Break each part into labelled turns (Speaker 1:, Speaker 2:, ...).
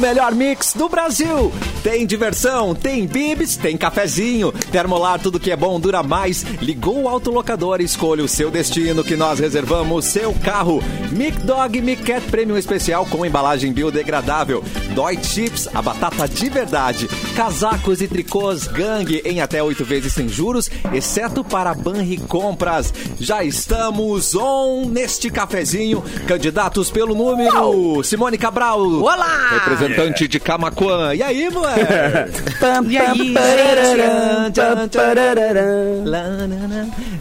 Speaker 1: melhor mix do Brasil. Tem diversão, tem bibs, tem cafezinho. Termolar, tudo que é bom dura mais. Ligou o autolocador e escolha o seu destino que nós reservamos seu carro. Mic Dog Mic Cat Premium Especial com embalagem biodegradável. Dói Chips, a batata de verdade. Casacos e tricôs gangue em até oito vezes sem juros, exceto para Banri Compras. Já estamos on neste cafezinho. Candidatos pelo número. Simone Cabral.
Speaker 2: Olá!
Speaker 1: Representante de Camacuã. E aí, mulher?
Speaker 2: E aí,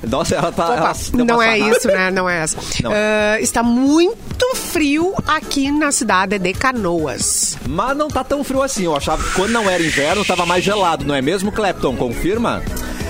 Speaker 1: Nossa, ela tá. ela
Speaker 3: Opa,
Speaker 1: deu
Speaker 3: não
Speaker 1: uma
Speaker 3: é
Speaker 1: sanada.
Speaker 3: isso, né? Não é essa.
Speaker 1: Não.
Speaker 3: Ah, está muito frio aqui na cidade de Canoas.
Speaker 1: Mas não tá tão frio assim. Eu achava que quando não era inverno, tava mais gelado, não é mesmo, Clapton? Confirma?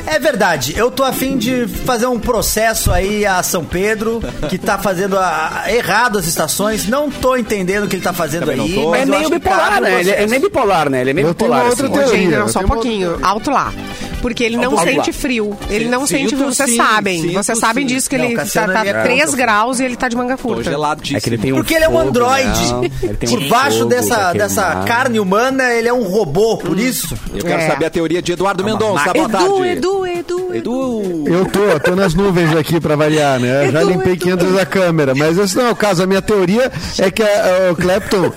Speaker 4: É verdade, eu tô afim de fazer um processo aí a São Pedro, que tá fazendo a- errado as estações, não tô entendendo o que ele tá fazendo
Speaker 1: Também não
Speaker 4: aí,
Speaker 1: tô.
Speaker 4: mas
Speaker 2: É
Speaker 4: eu
Speaker 2: meio
Speaker 4: acho que
Speaker 2: bipolar,
Speaker 4: cabe no
Speaker 2: né? Ele é
Speaker 4: processo.
Speaker 2: meio bipolar, né? Ele é meio
Speaker 5: Eu tenho
Speaker 2: bipolar.
Speaker 5: outra
Speaker 2: assim.
Speaker 5: teoria.
Speaker 3: Gente, não,
Speaker 5: eu
Speaker 3: só um
Speaker 5: tenho uma-
Speaker 3: pouquinho. Alto lá. Porque ele não
Speaker 2: Alto lá.
Speaker 3: sente frio. Ele não
Speaker 1: Sinto
Speaker 3: sente frio. Vocês
Speaker 1: sim,
Speaker 3: sabem.
Speaker 1: sinto
Speaker 3: vocês
Speaker 1: sim.
Speaker 3: sabem disso que
Speaker 4: Não,
Speaker 3: ele tá,
Speaker 4: Cassiano,
Speaker 3: tá
Speaker 4: ele é
Speaker 3: 3
Speaker 4: alto.
Speaker 3: graus e ele tá de manga
Speaker 1: Tô
Speaker 3: curta.
Speaker 1: geladíssimo.
Speaker 2: É que ele tem um
Speaker 4: Porque ele é um
Speaker 2: fogo,
Speaker 4: androide.
Speaker 2: não, ele tem um
Speaker 4: Por baixo
Speaker 2: fogo pra
Speaker 4: dessa,
Speaker 2: queimar.
Speaker 4: dessa carne humana, ele é um robô, por isso.
Speaker 1: Eu quero
Speaker 3: É.
Speaker 1: saber a teoria de Eduardo Mendonça. Boa
Speaker 3: Edu,
Speaker 1: tarde.
Speaker 3: Edu, Edu, Edu.
Speaker 1: Edu.
Speaker 5: Eu tô, tô nas nuvens aqui pra variar, né? Já limpei 500 vezes a câmera, mas esse não é o caso. A minha teoria é que a- a- o Clapton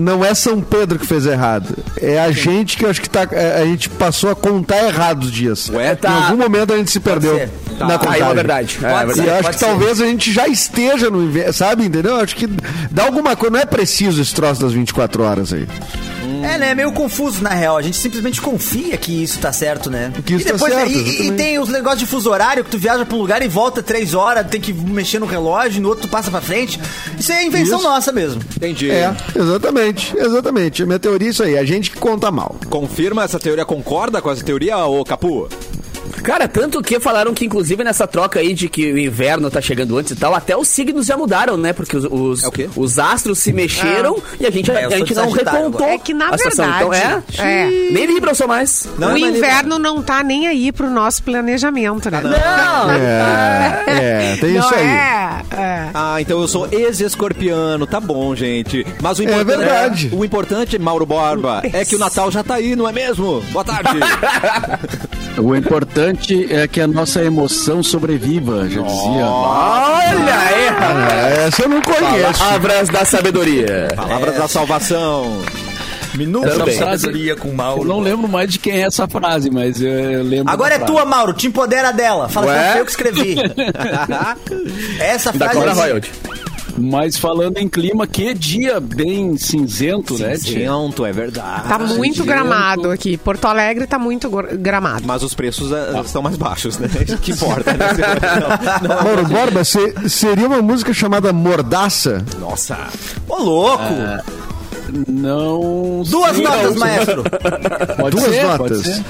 Speaker 5: não é São Pedro que fez errado. É a gente que eu acho que tá. A a gente passou a contar errado os dias.
Speaker 1: Ué, tá.
Speaker 5: Em algum momento a gente se perdeu.
Speaker 4: ser.
Speaker 5: Na
Speaker 2: Aí é uma
Speaker 5: contagem.
Speaker 2: verdade. É, é
Speaker 4: Pode
Speaker 5: E
Speaker 4: ser.
Speaker 2: verdade.
Speaker 5: eu acho que talvez a gente já esteja no inverno, sabe? Entendeu? Eu acho que dá alguma coisa. Não é preciso esse troço das 24 horas aí.
Speaker 4: É, né? É meio confuso, na real. A gente simplesmente confia que isso tá certo, né?
Speaker 5: Que isso
Speaker 4: e
Speaker 5: tá
Speaker 4: depois
Speaker 5: certo,
Speaker 4: e- e,
Speaker 5: exatamente.
Speaker 4: tem os negócios de fuso horário que tu viaja pra um lugar e volta três horas, tem que mexer no relógio, no outro tu passa pra frente. Isso é invenção
Speaker 5: Isso.
Speaker 4: nossa mesmo.
Speaker 1: Entendi.
Speaker 5: É, exatamente. Exatamente. A minha teoria é isso aí. A gente que conta mal.
Speaker 1: Confirma essa teoria, concorda com essa teoria, ô Capu?
Speaker 2: Cara, tanto que falaram que, inclusive, nessa troca aí de que o inverno tá chegando antes e tal, até os signos já mudaram, né? Porque os, os,
Speaker 1: É o quê?
Speaker 2: os astros se mexeram e a gente,
Speaker 4: Ah. É, eu
Speaker 2: a
Speaker 4: sou
Speaker 2: gente
Speaker 4: de
Speaker 2: não
Speaker 4: Sagitário
Speaker 2: recontou.
Speaker 4: agora.
Speaker 3: É que, na
Speaker 2: a situação.
Speaker 3: verdade,
Speaker 2: Então, é.
Speaker 3: é.
Speaker 2: Xiii. Nem Libra eu sou mais.
Speaker 1: Não, é
Speaker 3: o
Speaker 1: mas ele-
Speaker 3: inverno não tá nem aí pro nosso planejamento, né?
Speaker 2: Não!
Speaker 5: É, é tem
Speaker 3: Não
Speaker 5: isso aí.
Speaker 3: é. é.
Speaker 1: Ah, então eu sou ex-escorpiano, tá bom, gente. Mas o importante,
Speaker 5: É
Speaker 1: É,
Speaker 5: verdade.
Speaker 1: o importante, Mauro Borba, é que o Natal já tá aí, não é mesmo? Boa tarde.
Speaker 6: O importante é que a nossa emoção sobreviva, já dizia.
Speaker 2: Olha aí!
Speaker 5: É, essa eu não conheço.
Speaker 2: Palavras da sabedoria.
Speaker 1: Palavras da salvação.
Speaker 4: Minuto
Speaker 2: Também.
Speaker 4: de sabedoria com o
Speaker 6: Eu
Speaker 4: Mauro.
Speaker 6: não lembro mais de quem é essa frase, mas eu, eu lembro.
Speaker 4: Agora é
Speaker 6: da
Speaker 4: tua, Mauro. Te empodera dela. Fala
Speaker 2: Ué?
Speaker 4: que foi eu que escrevi. Essa
Speaker 2: Da
Speaker 4: frase...
Speaker 2: Cobra
Speaker 4: é-
Speaker 2: Royalty.
Speaker 6: frase. Mas falando em clima, que dia bem cinzento, né? tia?
Speaker 1: Cinzento, é verdade.
Speaker 3: Tá muito
Speaker 6: gente,
Speaker 3: gramado aqui. Porto Alegre tá muito gor- gramado.
Speaker 1: Mas os preços ah, estão mais baixos, né? Isso que importa. Né?
Speaker 5: Mauro Borba, se- seria uma música chamada Mordaça?
Speaker 1: Nossa.
Speaker 4: Ô, louco.
Speaker 1: Ah.
Speaker 6: Não.
Speaker 4: Duas
Speaker 6: sei,
Speaker 4: notas,
Speaker 6: não.
Speaker 4: maestro.
Speaker 6: Pode
Speaker 5: Duas
Speaker 6: ser, pode
Speaker 5: notas.
Speaker 6: ser.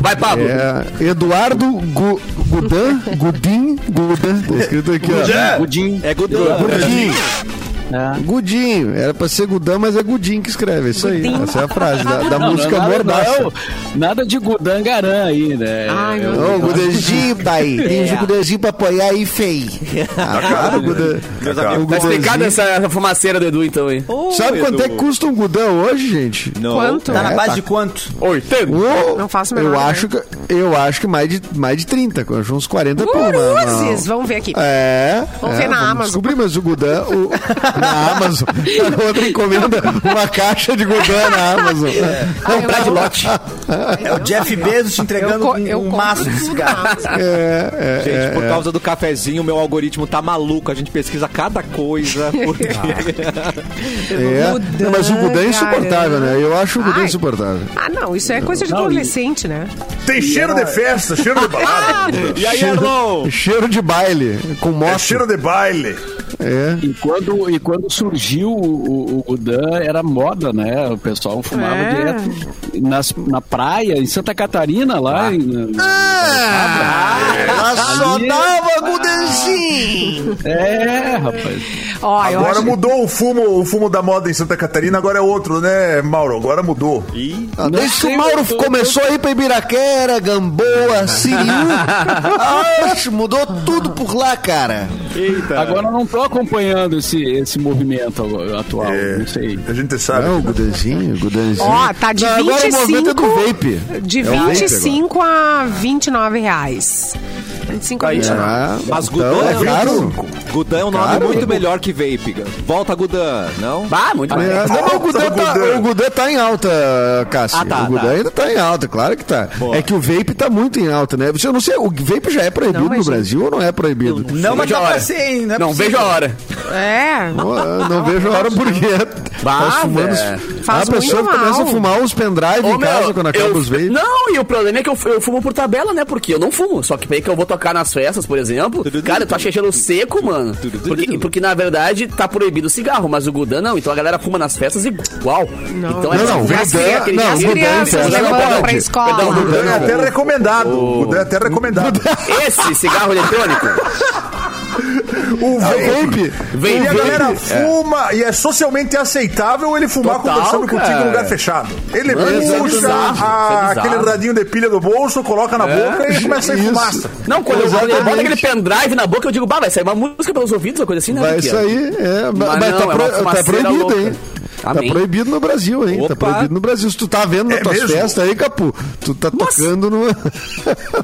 Speaker 2: Vai, Pablo.
Speaker 5: É, Eduardo Gu, Gudan, Gudim, Gudan, tá escrito aqui, ó.
Speaker 6: Gudim. Ah,
Speaker 1: É Gudan.
Speaker 5: Gudim. Gudinho, era pra ser Gudan, mas é Gudim que escreve, isso aí.
Speaker 3: Gudim.
Speaker 5: Essa é a frase da, da
Speaker 6: Não,
Speaker 5: música
Speaker 6: não, nada,
Speaker 5: Mordaça.
Speaker 6: não. Nada de Gudangarã aí, né?
Speaker 3: Ai, meu
Speaker 6: Eu-
Speaker 3: Deus.
Speaker 5: Ô, Gudanzinho, pai. Tem o Gudanzinho pra apoiar aí, fei. Ah, claro, Gudan. o
Speaker 2: Tá explicada
Speaker 5: Gudanzinho.
Speaker 2: essa, essa fumaceira do Edu, então, hein?
Speaker 5: Sabe quanto é que
Speaker 1: Edu.
Speaker 5: custa um Gudão hoje, gente?
Speaker 1: Não.
Speaker 3: Quanto?
Speaker 4: Tá na
Speaker 5: É,
Speaker 4: base
Speaker 5: tá.
Speaker 4: de quanto?
Speaker 2: 80.
Speaker 5: Ô,
Speaker 3: Não faço a menor
Speaker 5: eu
Speaker 3: ideia.
Speaker 5: acho que Eu acho que mais de, mais de 30, eu acho uns 40 pau. mas não.
Speaker 3: Guruzes, vamos ver aqui.
Speaker 5: É.
Speaker 3: Vamos
Speaker 5: é,
Speaker 3: ver na Amazon.
Speaker 5: Descobri, mas o Gudan. O, na Amazon. A outra encomenda uma caixa de Gudan na Amazon.
Speaker 3: Ah, eu-
Speaker 5: Comprar de lote.
Speaker 4: É o Jeff Bezos te entregando
Speaker 3: Eu co-
Speaker 4: um,
Speaker 3: eu
Speaker 4: um
Speaker 3: compro
Speaker 4: maço de cigarro.
Speaker 5: É, é.
Speaker 1: Gente, por causa do cafezinho, meu algoritmo tá maluco. A gente pesquisa cada coisa. Porque...
Speaker 5: é.
Speaker 3: Gudan,
Speaker 5: Não, mas o Gudan é insuportável,
Speaker 3: caramba.
Speaker 5: né? Eu acho o Gudan
Speaker 3: Ai.
Speaker 5: insuportável.
Speaker 3: Ah, não, isso é coisa de
Speaker 6: Não, e-
Speaker 3: adolescente, né? Ah,
Speaker 7: Tem cheiro de festa, cheiro de
Speaker 5: Ah,
Speaker 7: balada,
Speaker 5: é.
Speaker 1: e aí, Erlon?
Speaker 5: Cheiro de baile, com moto.
Speaker 7: é cheiro de baile.
Speaker 5: É.
Speaker 6: E quando, e quando surgiu o, o Gudan, era moda, né? O pessoal fumava
Speaker 3: É.
Speaker 6: direto nas, na praia, em Santa Catarina, lá. em-
Speaker 4: Ela só
Speaker 6: Ah,
Speaker 5: Ah,
Speaker 6: Ali-
Speaker 4: dava Gudanzinho.
Speaker 6: É, rapaz.
Speaker 3: Ó, eu
Speaker 7: Agora
Speaker 3: acho-
Speaker 7: mudou o fumo, o fumo da moda em Santa Catarina, agora é outro, né, Mauro? Agora mudou.
Speaker 5: Ah, desde que o Mauro começou aí pra Ibiraquera, Gamboa, Siriu. Acho, mudou tudo por lá, cara.
Speaker 1: Eita.
Speaker 6: Agora eu não tô acompanhando esse, esse movimento agora- atual.
Speaker 7: É,
Speaker 6: Não sei.
Speaker 7: A gente sabe.
Speaker 5: o Gudanzinho, o Gudanzinho.
Speaker 3: Ó, tá de
Speaker 5: Não, Agora o movimento é do
Speaker 3: 25
Speaker 5: vape.
Speaker 3: De
Speaker 5: É o vape
Speaker 3: 25 a 29 reais. 25 a
Speaker 1: Aí,
Speaker 3: 29.
Speaker 5: agora. Ah,
Speaker 1: Mas
Speaker 5: então,
Speaker 1: Gudan
Speaker 5: é caro.
Speaker 1: Gudan é um nome
Speaker 5: Claro.
Speaker 1: muito melhor que Vape. Volta, Gudan, não?
Speaker 2: Ah, muito bem.
Speaker 5: É, não, mas o Gudê,
Speaker 7: Volta o
Speaker 5: tá,
Speaker 7: Gudê.
Speaker 5: o Gudê tá em alta, Cássio.
Speaker 1: Ah, tá,
Speaker 5: o Gudê
Speaker 1: tá.
Speaker 5: ainda tá em alta, claro que tá. É que o vape tá muito em alta, né? Eu não sei, o vape já é proibido
Speaker 3: Não, mas,
Speaker 5: no Brasil ou não é proibido?
Speaker 4: Não, mas
Speaker 2: Vejo
Speaker 4: dá
Speaker 2: a
Speaker 4: pra
Speaker 2: hora.
Speaker 4: ser, hein? Não, é
Speaker 2: Não
Speaker 4: possível.
Speaker 2: vejo a hora.
Speaker 3: É.
Speaker 5: Pô, eu não vejo a hora porque
Speaker 2: Bah,
Speaker 5: tá fumando.
Speaker 2: velho.
Speaker 3: Faz
Speaker 5: a pessoa
Speaker 3: muito
Speaker 5: começa
Speaker 3: mal.
Speaker 5: a fumar os pendrive
Speaker 2: Ô,
Speaker 5: em casa
Speaker 2: meu,
Speaker 5: quando acaba
Speaker 2: eu-
Speaker 5: os vapes.
Speaker 2: Não, e o problema é que eu, eu fumo por tabela, né? Porque eu não fumo. Só que aí que eu vou tocar nas festas, por exemplo. Cara, eu tô achando seco, mano. Porque, porque, na verdade tá proibido o cigarro, mas o Gudan não. Então a galera fuma nas festas igual.
Speaker 3: Não,
Speaker 2: então é
Speaker 5: não, não,
Speaker 2: já
Speaker 5: Gudan-
Speaker 2: sei, aquele- assim.
Speaker 5: não,
Speaker 3: As
Speaker 5: Gudan,
Speaker 3: crianças
Speaker 5: Gudan
Speaker 3: levando
Speaker 5: pode.
Speaker 3: pra escola.
Speaker 2: Perdão,
Speaker 7: O Dan é até
Speaker 2: Gudan.
Speaker 7: recomendado. O Dan é até recomendado.
Speaker 2: Esse cigarro eletrônico.
Speaker 7: O vape.
Speaker 5: Vape,
Speaker 2: é Vem,
Speaker 7: E a
Speaker 2: vem.
Speaker 7: galera fuma e é socialmente aceitável ele fumar
Speaker 2: Total,
Speaker 7: conversando contigo
Speaker 2: cara.
Speaker 7: em lugar fechado. Ele
Speaker 2: Mano, isso é bizarro,
Speaker 7: puxa
Speaker 2: isso é
Speaker 7: a-
Speaker 2: bizarro. É,
Speaker 7: aquele radinho de pilha do bolso, coloca na boca e começa a ir
Speaker 5: isso.
Speaker 7: fumaça.
Speaker 2: Não, quando eu, quando eu boto
Speaker 5: Exatamente.
Speaker 2: aquele pendrive na boca, eu digo, bah, vai sair uma música pelos ouvidos, uma coisa assim, né?
Speaker 5: Vai
Speaker 2: Riquelme?
Speaker 5: sair, é. Mas,
Speaker 2: Mas
Speaker 5: mas
Speaker 2: não,
Speaker 5: tá,
Speaker 2: é uma
Speaker 5: pro- tá
Speaker 2: fumaceira
Speaker 5: proibido,
Speaker 2: louca.
Speaker 5: hein?
Speaker 2: Amém.
Speaker 5: Tá proibido no Brasil, hein?
Speaker 1: Opa.
Speaker 5: Tá proibido no Brasil. Se tu tá vendo nas
Speaker 7: É
Speaker 5: tuas
Speaker 7: mesmo?
Speaker 5: festas aí, Capu, tu tá tocando no.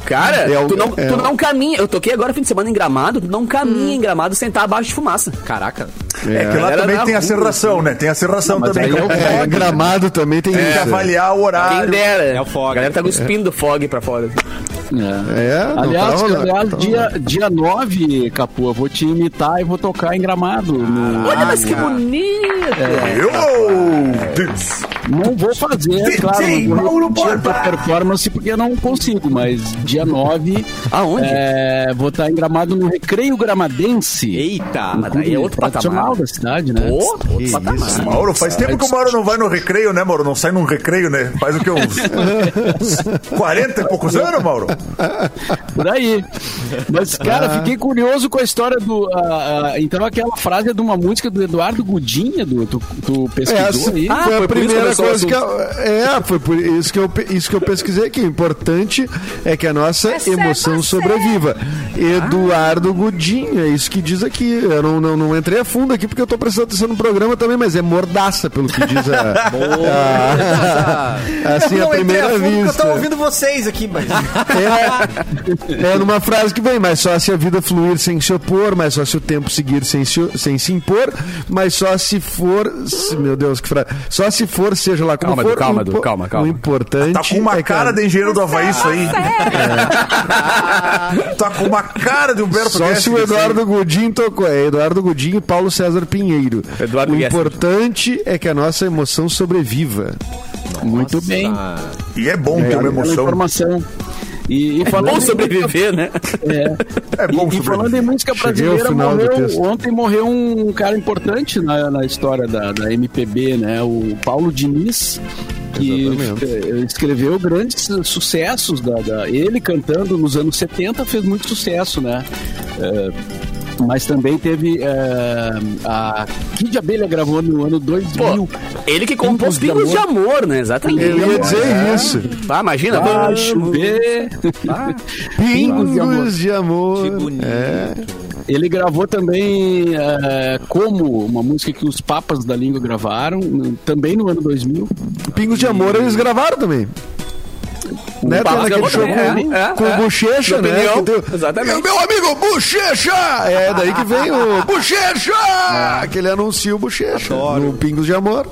Speaker 2: Cara,
Speaker 5: É o-
Speaker 2: tu, não,
Speaker 5: é
Speaker 2: tu
Speaker 5: o-
Speaker 2: não caminha. Eu toquei agora fim de semana em gramado, tu não
Speaker 5: Hum.
Speaker 2: caminha em gramado sem estar abaixo de fumaça.
Speaker 1: Caraca.
Speaker 7: É que lá
Speaker 2: Galera
Speaker 7: também
Speaker 2: na
Speaker 7: tem a
Speaker 2: rua,
Speaker 7: serração, né? Tem a serração também.
Speaker 6: aí
Speaker 7: que
Speaker 6: é o-
Speaker 5: É, gramado também tem
Speaker 7: Tem que
Speaker 5: isso.
Speaker 7: avaliar
Speaker 2: é.
Speaker 7: o
Speaker 2: Quem
Speaker 7: horário.
Speaker 2: dera.
Speaker 1: é o fog.
Speaker 2: A galera tá cuspindo do fog pra fora.
Speaker 6: É.
Speaker 5: É, não tá
Speaker 6: aliás,
Speaker 5: rolando.
Speaker 6: aliás
Speaker 5: Tá
Speaker 6: dia,
Speaker 5: rolando.
Speaker 6: dia 9, Capu, eu vou te imitar e vou tocar em gramado. no-
Speaker 5: Ah.
Speaker 2: Olha, mas que bonito.
Speaker 7: É. Eu- Deus.
Speaker 6: Não vou fazer,
Speaker 7: DJ
Speaker 6: claro. não vou
Speaker 7: Mauro
Speaker 6: repetir
Speaker 7: Borba.
Speaker 6: essa performance porque eu não consigo, mas dia 9.
Speaker 2: Aonde?
Speaker 6: é, vou estar em gramado no Recreio Gramadense.
Speaker 1: Eita.
Speaker 2: mas
Speaker 6: Um
Speaker 2: daí
Speaker 6: clube
Speaker 2: é outro
Speaker 6: tradicional
Speaker 2: patamar.
Speaker 6: da cidade, né?
Speaker 2: Pô, outro patamar.
Speaker 7: Mauro, faz tempo que o Mauro não vai no recreio, né, Mauro? Não sai num recreio, né? Faz o que? Uns 40 e poucos anos, Mauro?
Speaker 6: Por aí. Mas, cara,
Speaker 5: Ah.
Speaker 6: fiquei curioso com a história do. ah, ah, então, aquela frase é de uma música do Eduardo Gudinha, do, tu, tu pesquisou
Speaker 5: É, Essa
Speaker 6: aí.
Speaker 5: assim, foi, a
Speaker 2: por isso que
Speaker 5: primeira
Speaker 2: começou o
Speaker 5: coisa que eu, é, foi por isso que eu pe- isso que eu pesquisei aqui. O importante é que a nossa emoção sobreviva. Eduardo Godinho, é isso que diz aqui. Eu não, não, não entrei a fundo aqui porque eu tô prestando atenção no programa também, mas é mordaça pelo que diz a, a-
Speaker 4: Eu
Speaker 5: assim
Speaker 4: não
Speaker 5: a
Speaker 4: é entrei
Speaker 5: primeira
Speaker 4: a fundo porque
Speaker 5: vista.
Speaker 4: eu tava ouvindo vocês aqui, mas...
Speaker 5: É, é numa frase que vem, mas só se a vida fluir sem se opor, mas só se o tempo seguir sem se, sem se impor, mas só se for. se- meu Deus, que frase. Só se for, seja lá como
Speaker 2: Calma,
Speaker 5: for.
Speaker 2: Edu, calma,
Speaker 5: o
Speaker 2: Edu,
Speaker 5: impo-
Speaker 2: calma, calma.
Speaker 5: O importante.
Speaker 7: Tá com uma
Speaker 5: é
Speaker 7: cara de engenheiro do Havaí isso aí. Tá com uma cara de Humberto
Speaker 5: Só se
Speaker 7: Gessinger,
Speaker 5: o
Speaker 7: isso aí.
Speaker 5: Eduardo Godinho tocou. É Eduardo Godinho e Paulo César Pinheiro.
Speaker 2: Eduardo
Speaker 5: o
Speaker 2: Gessinger.
Speaker 5: importante é que a nossa emoção sobreviva.
Speaker 6: Muito bem.
Speaker 7: E é bom ter uma
Speaker 6: Pela
Speaker 7: emoção.
Speaker 6: informação.
Speaker 5: É
Speaker 6: E, e falando
Speaker 2: Bom
Speaker 6: em-
Speaker 2: sobreviver, né?
Speaker 7: É bom
Speaker 6: e, e falando em
Speaker 7: sobreviver.
Speaker 6: música
Speaker 5: Cheguei ao
Speaker 6: brasileira,
Speaker 5: final do
Speaker 6: morreu-
Speaker 5: texto.
Speaker 6: ontem morreu um cara importante na, na história da, da MPB, né? O Paulo Diniz, que
Speaker 5: Exatamente.
Speaker 6: eh, escreveu grandes sucessos. Da, da- ele cantando nos anos 70 fez muito sucesso, né? Eh, mas também teve eh, a Kid Abelha gravou no ano 2000.
Speaker 2: Pô, ele que compôs Pingos
Speaker 6: Pingos
Speaker 2: de
Speaker 6: de
Speaker 2: Amor, né? Exatamente.
Speaker 5: Eu ia dizer isso.
Speaker 2: Ah, imagina.
Speaker 6: Vai
Speaker 2: vamos-
Speaker 6: chover.
Speaker 5: Pingos de amor.
Speaker 1: Que bonito.
Speaker 5: É.
Speaker 6: Ele gravou também eh, Como, uma música que os papas da língua gravaram, n- também no ano 2000.
Speaker 5: Pingos de Amor eles gravaram também. Né? Tem
Speaker 2: Papo
Speaker 5: naquele
Speaker 2: gravou
Speaker 5: show
Speaker 2: também,
Speaker 5: com,
Speaker 2: é,
Speaker 5: com
Speaker 2: é.
Speaker 5: bochecha,
Speaker 2: Minha
Speaker 5: né?
Speaker 2: opinião,
Speaker 5: Que tem-
Speaker 2: exatamente.
Speaker 5: E o meu amigo Bochecha! É daí que vem o Bochecha! Que ele anuncia o Bochecha no Pingos de Amor.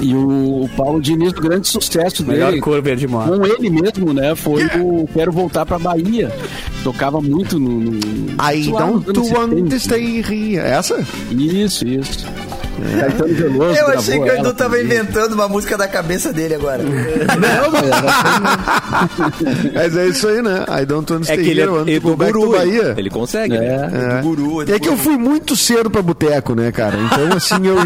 Speaker 6: E o, o Paulo Diniz, o grande sucesso
Speaker 2: Melhor
Speaker 6: dele,
Speaker 2: cor verde mora.
Speaker 6: com ele mesmo, né, foi o Quero Voltar pra Bahia. Tocava muito no... no
Speaker 5: I
Speaker 6: sei é lá, nos
Speaker 5: don't
Speaker 6: anos 70.
Speaker 5: want to stay here. É Essa?
Speaker 6: Isso, isso. Caetano Veloso
Speaker 4: Eu achei que o
Speaker 6: gravou ela tá
Speaker 4: Edu tava
Speaker 6: também.
Speaker 4: inventando uma música da cabeça dele agora.
Speaker 5: Mas é isso aí, né? I don't want to
Speaker 1: É
Speaker 5: stay
Speaker 1: que ele
Speaker 5: here, I want
Speaker 1: é
Speaker 5: to go
Speaker 1: do
Speaker 5: back to
Speaker 1: guru.
Speaker 5: Bahia.
Speaker 1: Ele consegue, né?
Speaker 5: É.
Speaker 1: Do guru.
Speaker 5: É que eu fui muito cedo pra boteco, né, cara? Então, assim, eu,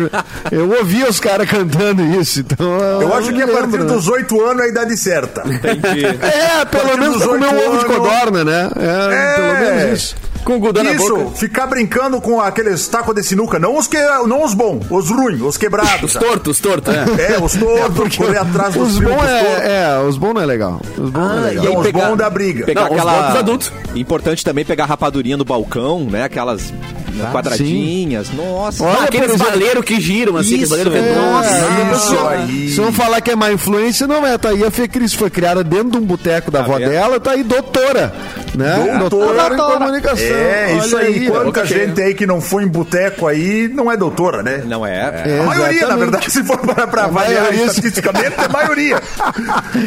Speaker 5: eu ouvi os caras cantando isso. Então,
Speaker 7: Eu acho que a partir
Speaker 5: lembro, né?
Speaker 7: dos 8 anos é a idade certa.
Speaker 5: É, pelo
Speaker 7: partir
Speaker 5: menos
Speaker 7: dos
Speaker 5: pra comer um
Speaker 7: oito
Speaker 5: ovo de
Speaker 7: anos-
Speaker 5: codorna, né? É,
Speaker 7: É.
Speaker 5: pelo menos isso.
Speaker 2: Com o Gudan na
Speaker 7: Isso,
Speaker 2: boca.
Speaker 7: ficar brincando com aqueles tacos de sinuca. Não os, que, não os bons, os ruins, os
Speaker 2: Os
Speaker 7: quebrados.
Speaker 2: Ah, tortos, os tortos, é.
Speaker 7: é, os tortos, correr atrás dos
Speaker 5: Os
Speaker 7: filhos
Speaker 5: bons
Speaker 7: dos tortos.
Speaker 5: é, é, os bons não é legal. Os bons não é legal.
Speaker 7: e aí- os bons da briga.
Speaker 1: Pegar
Speaker 2: Não, os
Speaker 1: aquela...
Speaker 2: bons adultos.
Speaker 1: Importante também pegar rapadurinha no balcão, né? Aquelas quadradinhas. Nossa.
Speaker 5: Olha,
Speaker 2: Aqueles
Speaker 5: por exemplo-
Speaker 2: baleiros que giram, assim,
Speaker 1: Isso,
Speaker 2: aqueles
Speaker 1: é.
Speaker 2: baleiros
Speaker 1: Nossa.
Speaker 7: Isso
Speaker 5: Nossa,
Speaker 7: aí.
Speaker 5: Se não falar que é má influência, não é. Tá aí a Fê Cris foi criada dentro de um boteco da avó
Speaker 1: vendo?
Speaker 5: dela, tá aí doutora. Né?
Speaker 7: Doutora.
Speaker 5: em comunicação.
Speaker 7: É,
Speaker 5: Olha
Speaker 7: isso aí. Quanta
Speaker 2: boca cheia.
Speaker 7: gente aí que não foi em boteco aí não é doutora, né?
Speaker 1: Não é?
Speaker 5: É,
Speaker 7: A maioria, na
Speaker 5: exatamente.
Speaker 7: verdade, se for para, para
Speaker 5: A
Speaker 7: avaliar
Speaker 5: maioria-
Speaker 7: estatisticamente, é a maioria.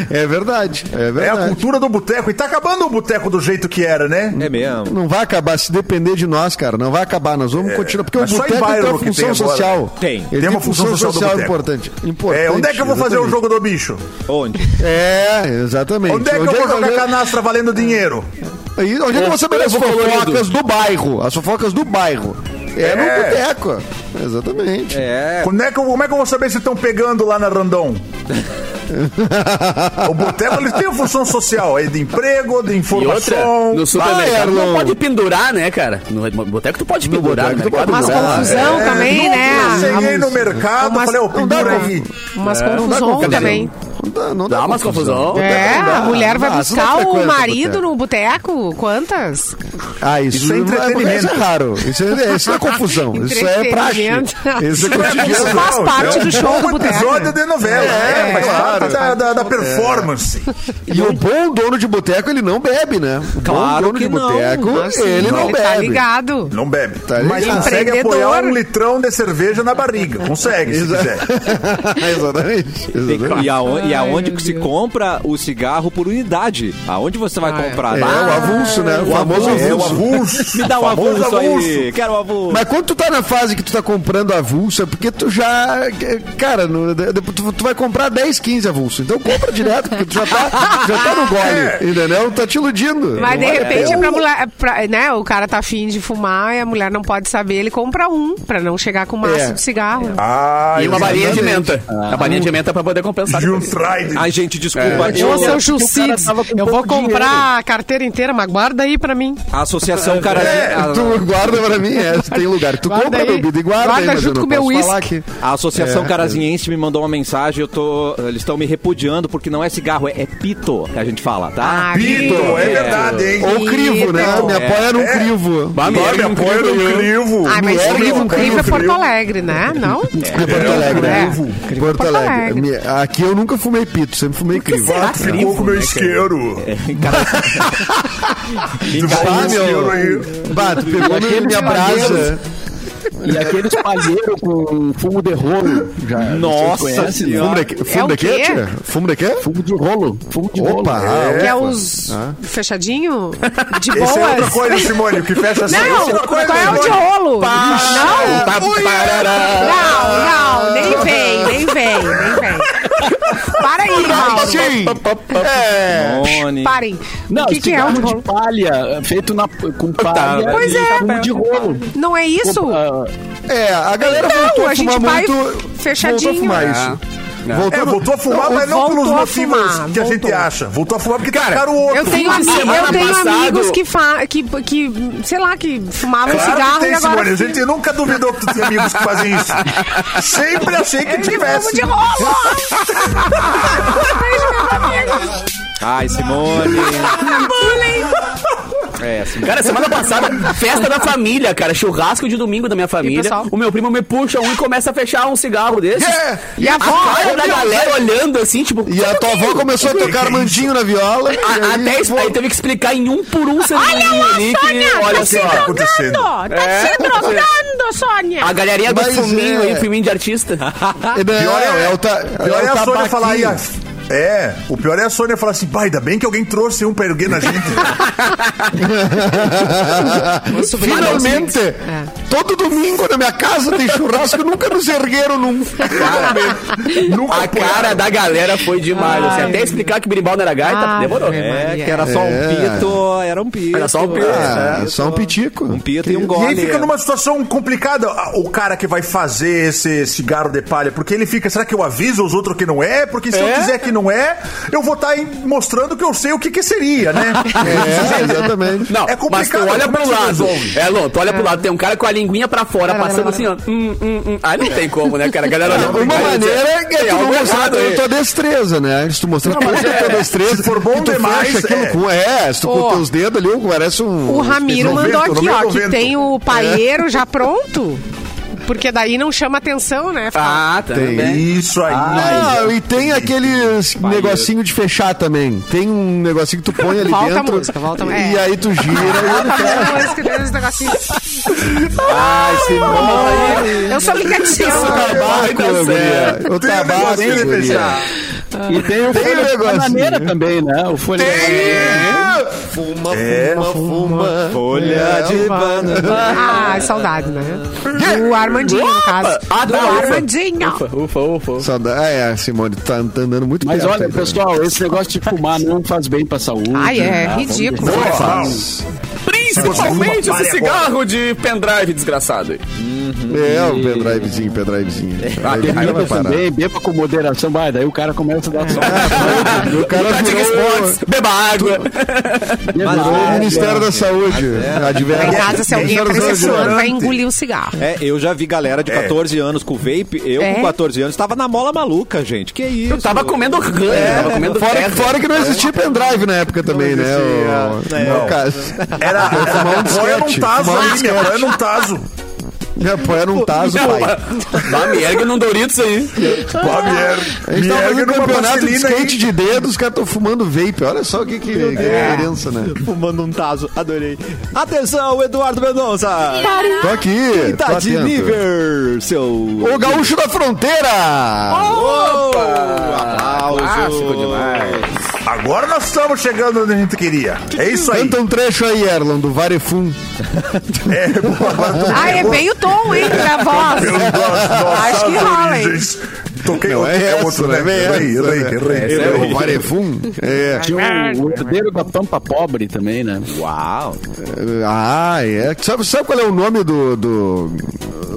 Speaker 5: É verdade, é
Speaker 7: É a
Speaker 5: verdade.
Speaker 7: cultura do boteco. E tá acabando o boteco do jeito que era, né?
Speaker 1: É mesmo.
Speaker 5: Não vai acabar, se depender de nós, cara, não vai acabar. Nós vamos continuar, porque o
Speaker 7: É, mas só em
Speaker 5: boteco tem
Speaker 7: bairro
Speaker 5: uma
Speaker 7: que
Speaker 5: função
Speaker 7: tem agora.
Speaker 5: social.
Speaker 1: Tem.
Speaker 5: Ele
Speaker 1: Tem
Speaker 5: tem uma função social,
Speaker 7: do boteco.
Speaker 5: importante. importante.
Speaker 7: É, onde é que eu vou fazer o
Speaker 5: exatamente.
Speaker 7: jogo do bicho?
Speaker 1: Onde?
Speaker 5: É, exatamente.
Speaker 7: Onde é que eu vou jogar canastra valendo dinheiro?
Speaker 5: Aí, onde é que eu vou saber as
Speaker 2: Ovo
Speaker 5: fofocas
Speaker 2: colorido.
Speaker 5: do bairro? As fofocas do bairro. É,
Speaker 7: É.
Speaker 5: no boteco. Exatamente.
Speaker 1: É.
Speaker 7: Como é, que eu, como é que eu vou saber se estão pegando lá na Randon? o boteco ele tem uma função social, é de emprego, de
Speaker 2: E outra,
Speaker 7: informação.
Speaker 2: no supermercado
Speaker 5: Erlon.
Speaker 2: não pode pendurar, né, cara? No boteco tu pode pendurar, né?
Speaker 5: boteco
Speaker 2: no
Speaker 5: tu pode
Speaker 2: mercado
Speaker 3: Umas
Speaker 5: Ah,
Speaker 7: é.
Speaker 3: confusão também,
Speaker 7: Eu
Speaker 3: né?
Speaker 7: cheguei no mercado,
Speaker 3: Umas-
Speaker 7: falei, ô,
Speaker 3: não dá
Speaker 7: pendura
Speaker 3: pra-
Speaker 7: aí.
Speaker 3: Umas
Speaker 5: Não dá
Speaker 3: confusão
Speaker 5: confusão.
Speaker 3: também.
Speaker 5: Não dá, não
Speaker 2: Dá umas confusão.
Speaker 5: Boteco
Speaker 3: É,
Speaker 5: não dá.
Speaker 3: a mulher vai
Speaker 5: Não, isso não
Speaker 3: buscar o
Speaker 5: frequenta
Speaker 3: marido
Speaker 5: boteco.
Speaker 3: no boteco? Quantas?
Speaker 5: Ah, isso,
Speaker 7: Isso é
Speaker 5: não
Speaker 7: entretenimento.
Speaker 5: Isso é raro. Isso é, isso não é confusão. Isso é praxe.
Speaker 3: Entretenimento.
Speaker 5: Isso é
Speaker 3: Isso
Speaker 5: cotidiano.
Speaker 3: faz parte do show do
Speaker 7: um
Speaker 3: boteco.
Speaker 7: episódio de novela. É,
Speaker 5: É,
Speaker 7: faz
Speaker 5: claro.
Speaker 7: parte da,
Speaker 3: É.
Speaker 7: da- da performance.
Speaker 5: E o bom dono de boteco, ele não bebe, né? O
Speaker 1: Claro
Speaker 5: bom dono
Speaker 1: que
Speaker 5: de
Speaker 1: não.
Speaker 5: boteco,
Speaker 1: Assim,
Speaker 5: ele não
Speaker 3: Tá
Speaker 5: bebe.
Speaker 3: ligado.
Speaker 7: Não bebe.
Speaker 5: Tá
Speaker 7: mas
Speaker 5: ligado.
Speaker 7: consegue
Speaker 3: Empreendedor.
Speaker 7: apoiar um litrão de cerveja na barriga. Consegue, se quiser.
Speaker 5: Exatamente. Exatamente.
Speaker 1: E, aon- e
Speaker 3: Ai,
Speaker 1: aonde
Speaker 3: meu
Speaker 1: que se
Speaker 3: Deus.
Speaker 1: compra o cigarro por unidade? Aonde você vai
Speaker 3: Ah, é.
Speaker 1: comprar?
Speaker 5: É
Speaker 1: Bah,
Speaker 5: o avulso, né? O famoso
Speaker 7: É o
Speaker 5: avulso.
Speaker 7: avulso.
Speaker 1: um Me dá um
Speaker 7: Famoso
Speaker 1: avulso, aí. Quero um avulso.
Speaker 5: Mas quando tu tá na fase que tu tá comprando avulso, é porque tu já. Cara, no- de- de- tu, tu vai comprar 10, 15 avulso. Então compra direto, porque tu já tá, já tá no gole. Entendeu? Tá te iludindo.
Speaker 3: É. Mas de
Speaker 5: Não é-
Speaker 3: repente é
Speaker 5: um-
Speaker 3: pra mulher. pra- né, o cara tá afim de fumar e a mulher não pode saber, ele compra um pra não chegar com maço
Speaker 5: É.
Speaker 3: de cigarro.
Speaker 7: Ah,
Speaker 2: E uma balinha de
Speaker 5: Exatamente.
Speaker 2: menta. A balinha de menta pra poder compensar.
Speaker 7: de um tride.
Speaker 1: Ai, gente, desculpa.
Speaker 3: Ô,
Speaker 1: Eu,
Speaker 5: É.
Speaker 3: seu
Speaker 6: que o cara
Speaker 3: Jussides,
Speaker 6: tava com
Speaker 3: eu vou
Speaker 6: pouco
Speaker 3: comprar a carteira inteira, mas guarda aí pra mim.
Speaker 1: a associação, cara.
Speaker 7: É,
Speaker 1: a-
Speaker 5: Tu guarda pra mim, é, se tem lugar. Tu
Speaker 3: Guarda
Speaker 5: compra
Speaker 3: aí.
Speaker 5: bebida e guarda,
Speaker 3: Guarda
Speaker 5: aí, mas
Speaker 3: junto
Speaker 5: eu não
Speaker 3: com o meu
Speaker 5: posso falar
Speaker 3: uísque.
Speaker 5: que-
Speaker 1: A Associação
Speaker 5: É,
Speaker 1: Carazinense me mandou uma mensagem, eu tô, eles estão me repudiando porque não é cigarro, é, é pito que a gente fala, tá?
Speaker 3: Ah,
Speaker 7: Pito, é
Speaker 1: É.
Speaker 7: verdade, hein?
Speaker 5: Ou crivo, né?
Speaker 3: Querido.
Speaker 5: Me apoia num
Speaker 7: É.
Speaker 5: crivo.
Speaker 7: Me ergue
Speaker 2: crivo,
Speaker 7: um crivo, um crivo.
Speaker 3: Ai, mas
Speaker 5: Mulher
Speaker 3: o
Speaker 5: livre,
Speaker 3: livro
Speaker 5: livre,
Speaker 3: é Porto
Speaker 7: livre.
Speaker 3: Alegre, né? Não?
Speaker 5: É Porto Alegre.
Speaker 3: É.
Speaker 5: né?
Speaker 3: Crivo
Speaker 5: Porto
Speaker 3: Porto
Speaker 5: Alegre.
Speaker 3: Alegre.
Speaker 5: Me- Aqui eu nunca fumei pito, sempre fumei crivo.
Speaker 7: Ah, ficou
Speaker 1: né,
Speaker 7: com o meu isqueiro.
Speaker 1: É,
Speaker 5: Bah,
Speaker 7: Esse
Speaker 5: meu.
Speaker 7: ouro aí.
Speaker 5: Bah, tu pegou
Speaker 6: Aquele
Speaker 3: é
Speaker 5: minha, minha brasa.
Speaker 6: E aqueles palheiros com fumo de rolo. Já,
Speaker 1: Nossa
Speaker 6: vocês conhecem, né?
Speaker 5: Fumo de,
Speaker 3: É o
Speaker 5: fumo de quê,
Speaker 3: quê?
Speaker 5: tia? Fumo de quê?
Speaker 6: Fumo de rolo. Fumo de rolo.
Speaker 5: Opa!
Speaker 3: Que é
Speaker 5: opa.
Speaker 3: os fechadinho? De boas?
Speaker 7: Esse é outra coisa, Simone. O que fecha essa
Speaker 3: Não,
Speaker 7: Esse é outra coisa,
Speaker 3: qual é o de
Speaker 7: Simone.
Speaker 3: rolo? Não,
Speaker 2: Tá, parará.
Speaker 3: não, não, nem vem, nem vem, nem vem. Para aí, Raul.
Speaker 5: Sim!
Speaker 3: Ah,
Speaker 1: Simone.
Speaker 3: Parem.
Speaker 6: Não,
Speaker 3: o que, que é o
Speaker 6: cigarro
Speaker 3: de
Speaker 6: de
Speaker 3: rolo?
Speaker 6: palha, é, feito na, com palha.
Speaker 3: Pois
Speaker 6: e
Speaker 3: é.
Speaker 6: Fumo de rolo.
Speaker 3: Não é isso?
Speaker 6: Ah,
Speaker 5: É, a galera
Speaker 3: Então,
Speaker 5: voltou
Speaker 3: a
Speaker 5: a
Speaker 3: gente
Speaker 5: fumar
Speaker 3: vai
Speaker 5: muito.
Speaker 3: fechadinho.
Speaker 5: Voltou a fumar
Speaker 2: É.
Speaker 5: isso.
Speaker 2: É.
Speaker 5: Voltou
Speaker 7: É, voltou a fumar, mas não
Speaker 3: Voltou
Speaker 7: pelos
Speaker 3: a
Speaker 7: motivos
Speaker 3: fumar,
Speaker 7: que a gente
Speaker 3: voltou.
Speaker 7: acha. Voltou a fumar porque tacaram o outro.
Speaker 3: Eu tenho, um
Speaker 2: fim de
Speaker 3: ami-
Speaker 2: semana
Speaker 3: eu tenho
Speaker 2: passado-
Speaker 3: amigos que, fa que, que, sei lá, que fumavam
Speaker 7: Claro
Speaker 3: cigarro
Speaker 7: que tem,
Speaker 3: e agora...
Speaker 7: Simone. A gente nunca duvidou que tu tinha amigos que fazem isso. Sempre achei que
Speaker 3: Fumo
Speaker 7: tivesse.
Speaker 3: um de rolo! Beijo, meus amigos.
Speaker 1: Ai, Simone.
Speaker 3: Bullying.
Speaker 1: É, Simone.
Speaker 2: Cara, semana passada, festa da família, cara, churrasco de domingo da minha
Speaker 3: E,
Speaker 2: família.
Speaker 3: pessoal?
Speaker 2: O meu primo me puxa um e começa a fechar um cigarro desse.
Speaker 7: É.
Speaker 3: E a
Speaker 5: Ah,
Speaker 2: A cara da galera olhando assim, tipo.
Speaker 5: E a tua avó começou a tocar
Speaker 7: que é
Speaker 5: Armandinho na viola. e
Speaker 2: A-
Speaker 5: aí-
Speaker 2: até isso, aí teve que explicar em um por um
Speaker 3: Olha
Speaker 2: sentadinho
Speaker 3: lá,
Speaker 2: ali
Speaker 3: Sônia!
Speaker 2: que.
Speaker 3: tá
Speaker 2: Olha
Speaker 3: se
Speaker 2: só.
Speaker 7: ó,
Speaker 3: drogando! Tá
Speaker 7: É,
Speaker 3: se drogando, Sônia!
Speaker 7: Ah,
Speaker 2: A galerinha do
Speaker 5: Mas
Speaker 2: fuminho
Speaker 5: é.
Speaker 2: aí, filminho de artista.
Speaker 5: É, não,
Speaker 7: Pior é-
Speaker 5: é o ta-
Speaker 7: Pior é
Speaker 5: o
Speaker 7: a Sônia
Speaker 5: tabaquinho.
Speaker 7: falar aí. ah, É, o pior é a Sônia falar assim, pai, ainda bem que alguém trouxe um pra erguer na gente.
Speaker 5: Finalmente! Todo domingo na minha casa tem churrasco, nunca nos ergueram num.
Speaker 7: Nunca
Speaker 2: A
Speaker 7: apoiaram.
Speaker 2: cara da galera foi demais. assim,
Speaker 3: Ai.
Speaker 2: até explicar que berimbau não era gaita,
Speaker 3: Ah,
Speaker 2: demorou.
Speaker 3: meu
Speaker 1: É,
Speaker 3: Maria.
Speaker 1: que era só um
Speaker 5: É.
Speaker 1: pito, era um pito.
Speaker 2: Era só um pito.
Speaker 1: É,
Speaker 5: Ah, só um pitico.
Speaker 1: Um pito e um
Speaker 7: E
Speaker 1: gole.
Speaker 7: aí fica numa situação complicada ah, o cara que vai fazer esse cigarro de palha, porque ele fica, será que eu aviso os outros que não é? Porque se eu quiser que não é, eu vou estar mostrando que eu sei o que, que seria, né?
Speaker 5: É, exatamente.
Speaker 2: Não,
Speaker 7: É
Speaker 2: mas tu
Speaker 7: complicado,
Speaker 2: olha
Speaker 7: como é
Speaker 2: pro
Speaker 7: que se
Speaker 2: lado.
Speaker 7: resolve?
Speaker 2: É, Lô, tu olha pro lado, tem um cara com a linguinha pra fora, passando assim, ó. Hum, hum, hum. Aí não tem como, né, cara? A galera olha pra assim,
Speaker 5: Uma
Speaker 2: cara e diz,
Speaker 5: maneira é que
Speaker 2: "Tem
Speaker 5: tu
Speaker 2: algo
Speaker 5: mostrar
Speaker 2: errado
Speaker 5: toda a
Speaker 2: aí."
Speaker 5: tua destreza, né? Se tu mostrar toda a tua destreza,
Speaker 7: se for bom
Speaker 5: e tu
Speaker 7: demais,
Speaker 5: fecha aquilo
Speaker 7: é.
Speaker 5: com. É, se tu
Speaker 3: Ó.
Speaker 5: com teus dedos ali, parece um.
Speaker 3: O Ramiro
Speaker 7: no
Speaker 3: mandou
Speaker 7: vento, no
Speaker 3: aqui,
Speaker 7: meio
Speaker 3: ó,
Speaker 7: do
Speaker 3: que
Speaker 7: vento.
Speaker 3: tem o paieiro já pronto. Porque daí não chama atenção, né?
Speaker 2: Ah, tá.
Speaker 5: Tem
Speaker 2: bem.
Speaker 7: É Isso aí.
Speaker 5: Não, e tem aquele negocinho de fechar também. Tem um negocinho que tu põe ali
Speaker 3: Volta a
Speaker 5: dentro.
Speaker 3: música, volta a É.
Speaker 5: e,
Speaker 3: música.
Speaker 5: e aí tu gira e
Speaker 7: Ah.
Speaker 5: ele fecha.
Speaker 2: Ai, Simone.
Speaker 3: Eu sou ligativa.
Speaker 2: Vai dar certo.
Speaker 5: Tabaco, guria. é. O tabaco,
Speaker 7: Tem um negocinho de
Speaker 5: guria.
Speaker 7: fechar.
Speaker 6: Ah, E tem o
Speaker 5: Tem
Speaker 6: folha de
Speaker 5: negocinho.
Speaker 6: bananeira também, né? O folha de bananeira.
Speaker 5: Fuma,
Speaker 7: É.
Speaker 5: fuma, fuma.
Speaker 1: Folha de banana.
Speaker 3: Ah, saudade, né? Do Armandinho, no caso.
Speaker 2: Ah,
Speaker 3: Do
Speaker 2: tá, ufa.
Speaker 3: Armandinho.
Speaker 2: Ufa, ufa, ufa.
Speaker 5: Saudade. Ah, é, Simone, tu tá, tá andando muito
Speaker 6: Mas
Speaker 5: perto
Speaker 6: olha,
Speaker 5: aí também.
Speaker 6: pessoal, esse negócio de fumar não faz bem pra saúde.
Speaker 3: Ai, é
Speaker 6: tá?
Speaker 3: ridículo.
Speaker 7: Não,
Speaker 2: Principalmente esse cigarro de pendrive, desgraçado. aí.
Speaker 5: É, o pendrivezinho, pendrivezinho.
Speaker 2: Ah, tem
Speaker 5: Aí
Speaker 6: Beba
Speaker 5: vai parar.
Speaker 6: também, beba com moderação, vai, daí o cara começa a
Speaker 3: É.
Speaker 6: dar só. um
Speaker 5: O cara
Speaker 2: Tá de
Speaker 5: virou
Speaker 2: Xbox, beba água.
Speaker 6: Ah,
Speaker 5: virou
Speaker 3: é.
Speaker 6: né?
Speaker 5: o Ministério da Saúde.
Speaker 3: Em casa,
Speaker 5: Adverso.
Speaker 3: se alguém
Speaker 5: é Ministério da
Speaker 3: aparecer
Speaker 5: Saúde,
Speaker 3: suando,
Speaker 5: né?
Speaker 3: vai engolir o cigarro.
Speaker 1: É, eu já vi galera de
Speaker 7: É.
Speaker 1: 14 anos com vape. Eu,
Speaker 3: É.
Speaker 1: com 14 anos, tava na mola maluca, gente. Que isso?
Speaker 2: Eu tava comendo rã, eu tava comendo
Speaker 5: Fora,
Speaker 2: terra.
Speaker 5: fora que não existia pendrive na época também, né? O,
Speaker 7: É.
Speaker 5: no
Speaker 7: Não.
Speaker 5: caso.
Speaker 7: Era, era
Speaker 5: fumar um
Speaker 7: era um
Speaker 5: disquete,
Speaker 7: taso
Speaker 5: fumar um
Speaker 7: ali, minha
Speaker 5: disquete.
Speaker 7: avó era um taso.
Speaker 5: Já, pô, era um taso,
Speaker 2: Não,
Speaker 5: pai.
Speaker 2: Bah, me ergue num Doritos aí.
Speaker 7: Pá, me er-
Speaker 5: Ah. A gente
Speaker 7: me
Speaker 5: tava
Speaker 7: ergue
Speaker 5: fazendo
Speaker 7: numa
Speaker 5: campeonato de
Speaker 7: plastilina aí.
Speaker 5: skate de dedo, os caras tão fumando vape. Olha só o que que, que diferença, né?
Speaker 1: Fumando um taso, adorei. Atenção, Eduardo Mendonça!
Speaker 5: Tô aqui, tô
Speaker 1: Tá de
Speaker 5: atento.
Speaker 1: nível, seu.
Speaker 5: O gaúcho da fronteira!
Speaker 1: Aplausos.
Speaker 2: Clássico demais.
Speaker 7: Agora nós estamos chegando onde a gente queria. É isso aí.
Speaker 5: Canta um trecho aí, Erlon, do Varefum.
Speaker 7: É, pô, agora tu
Speaker 3: Ah, é
Speaker 7: pegou
Speaker 3: bem o tom, hein, da
Speaker 7: pelos
Speaker 3: voz.
Speaker 7: nossos-
Speaker 3: Acho que
Speaker 7: nossas
Speaker 3: rola, hein?
Speaker 7: origens. Toquei
Speaker 5: Não,
Speaker 7: outro,
Speaker 5: é
Speaker 7: é
Speaker 5: essa,
Speaker 7: outro,
Speaker 5: né?
Speaker 7: né?
Speaker 5: É
Speaker 7: Errei,
Speaker 5: essa,
Speaker 7: errei,
Speaker 5: né?
Speaker 7: errei,
Speaker 5: É
Speaker 7: errei.
Speaker 5: o Varefum? É.
Speaker 6: Tinha
Speaker 3: né?
Speaker 6: o herdeiro da Pampa Pobre também, né?
Speaker 1: Uau.
Speaker 5: Ah, é. Sabe, sabe qual é o nome do. do,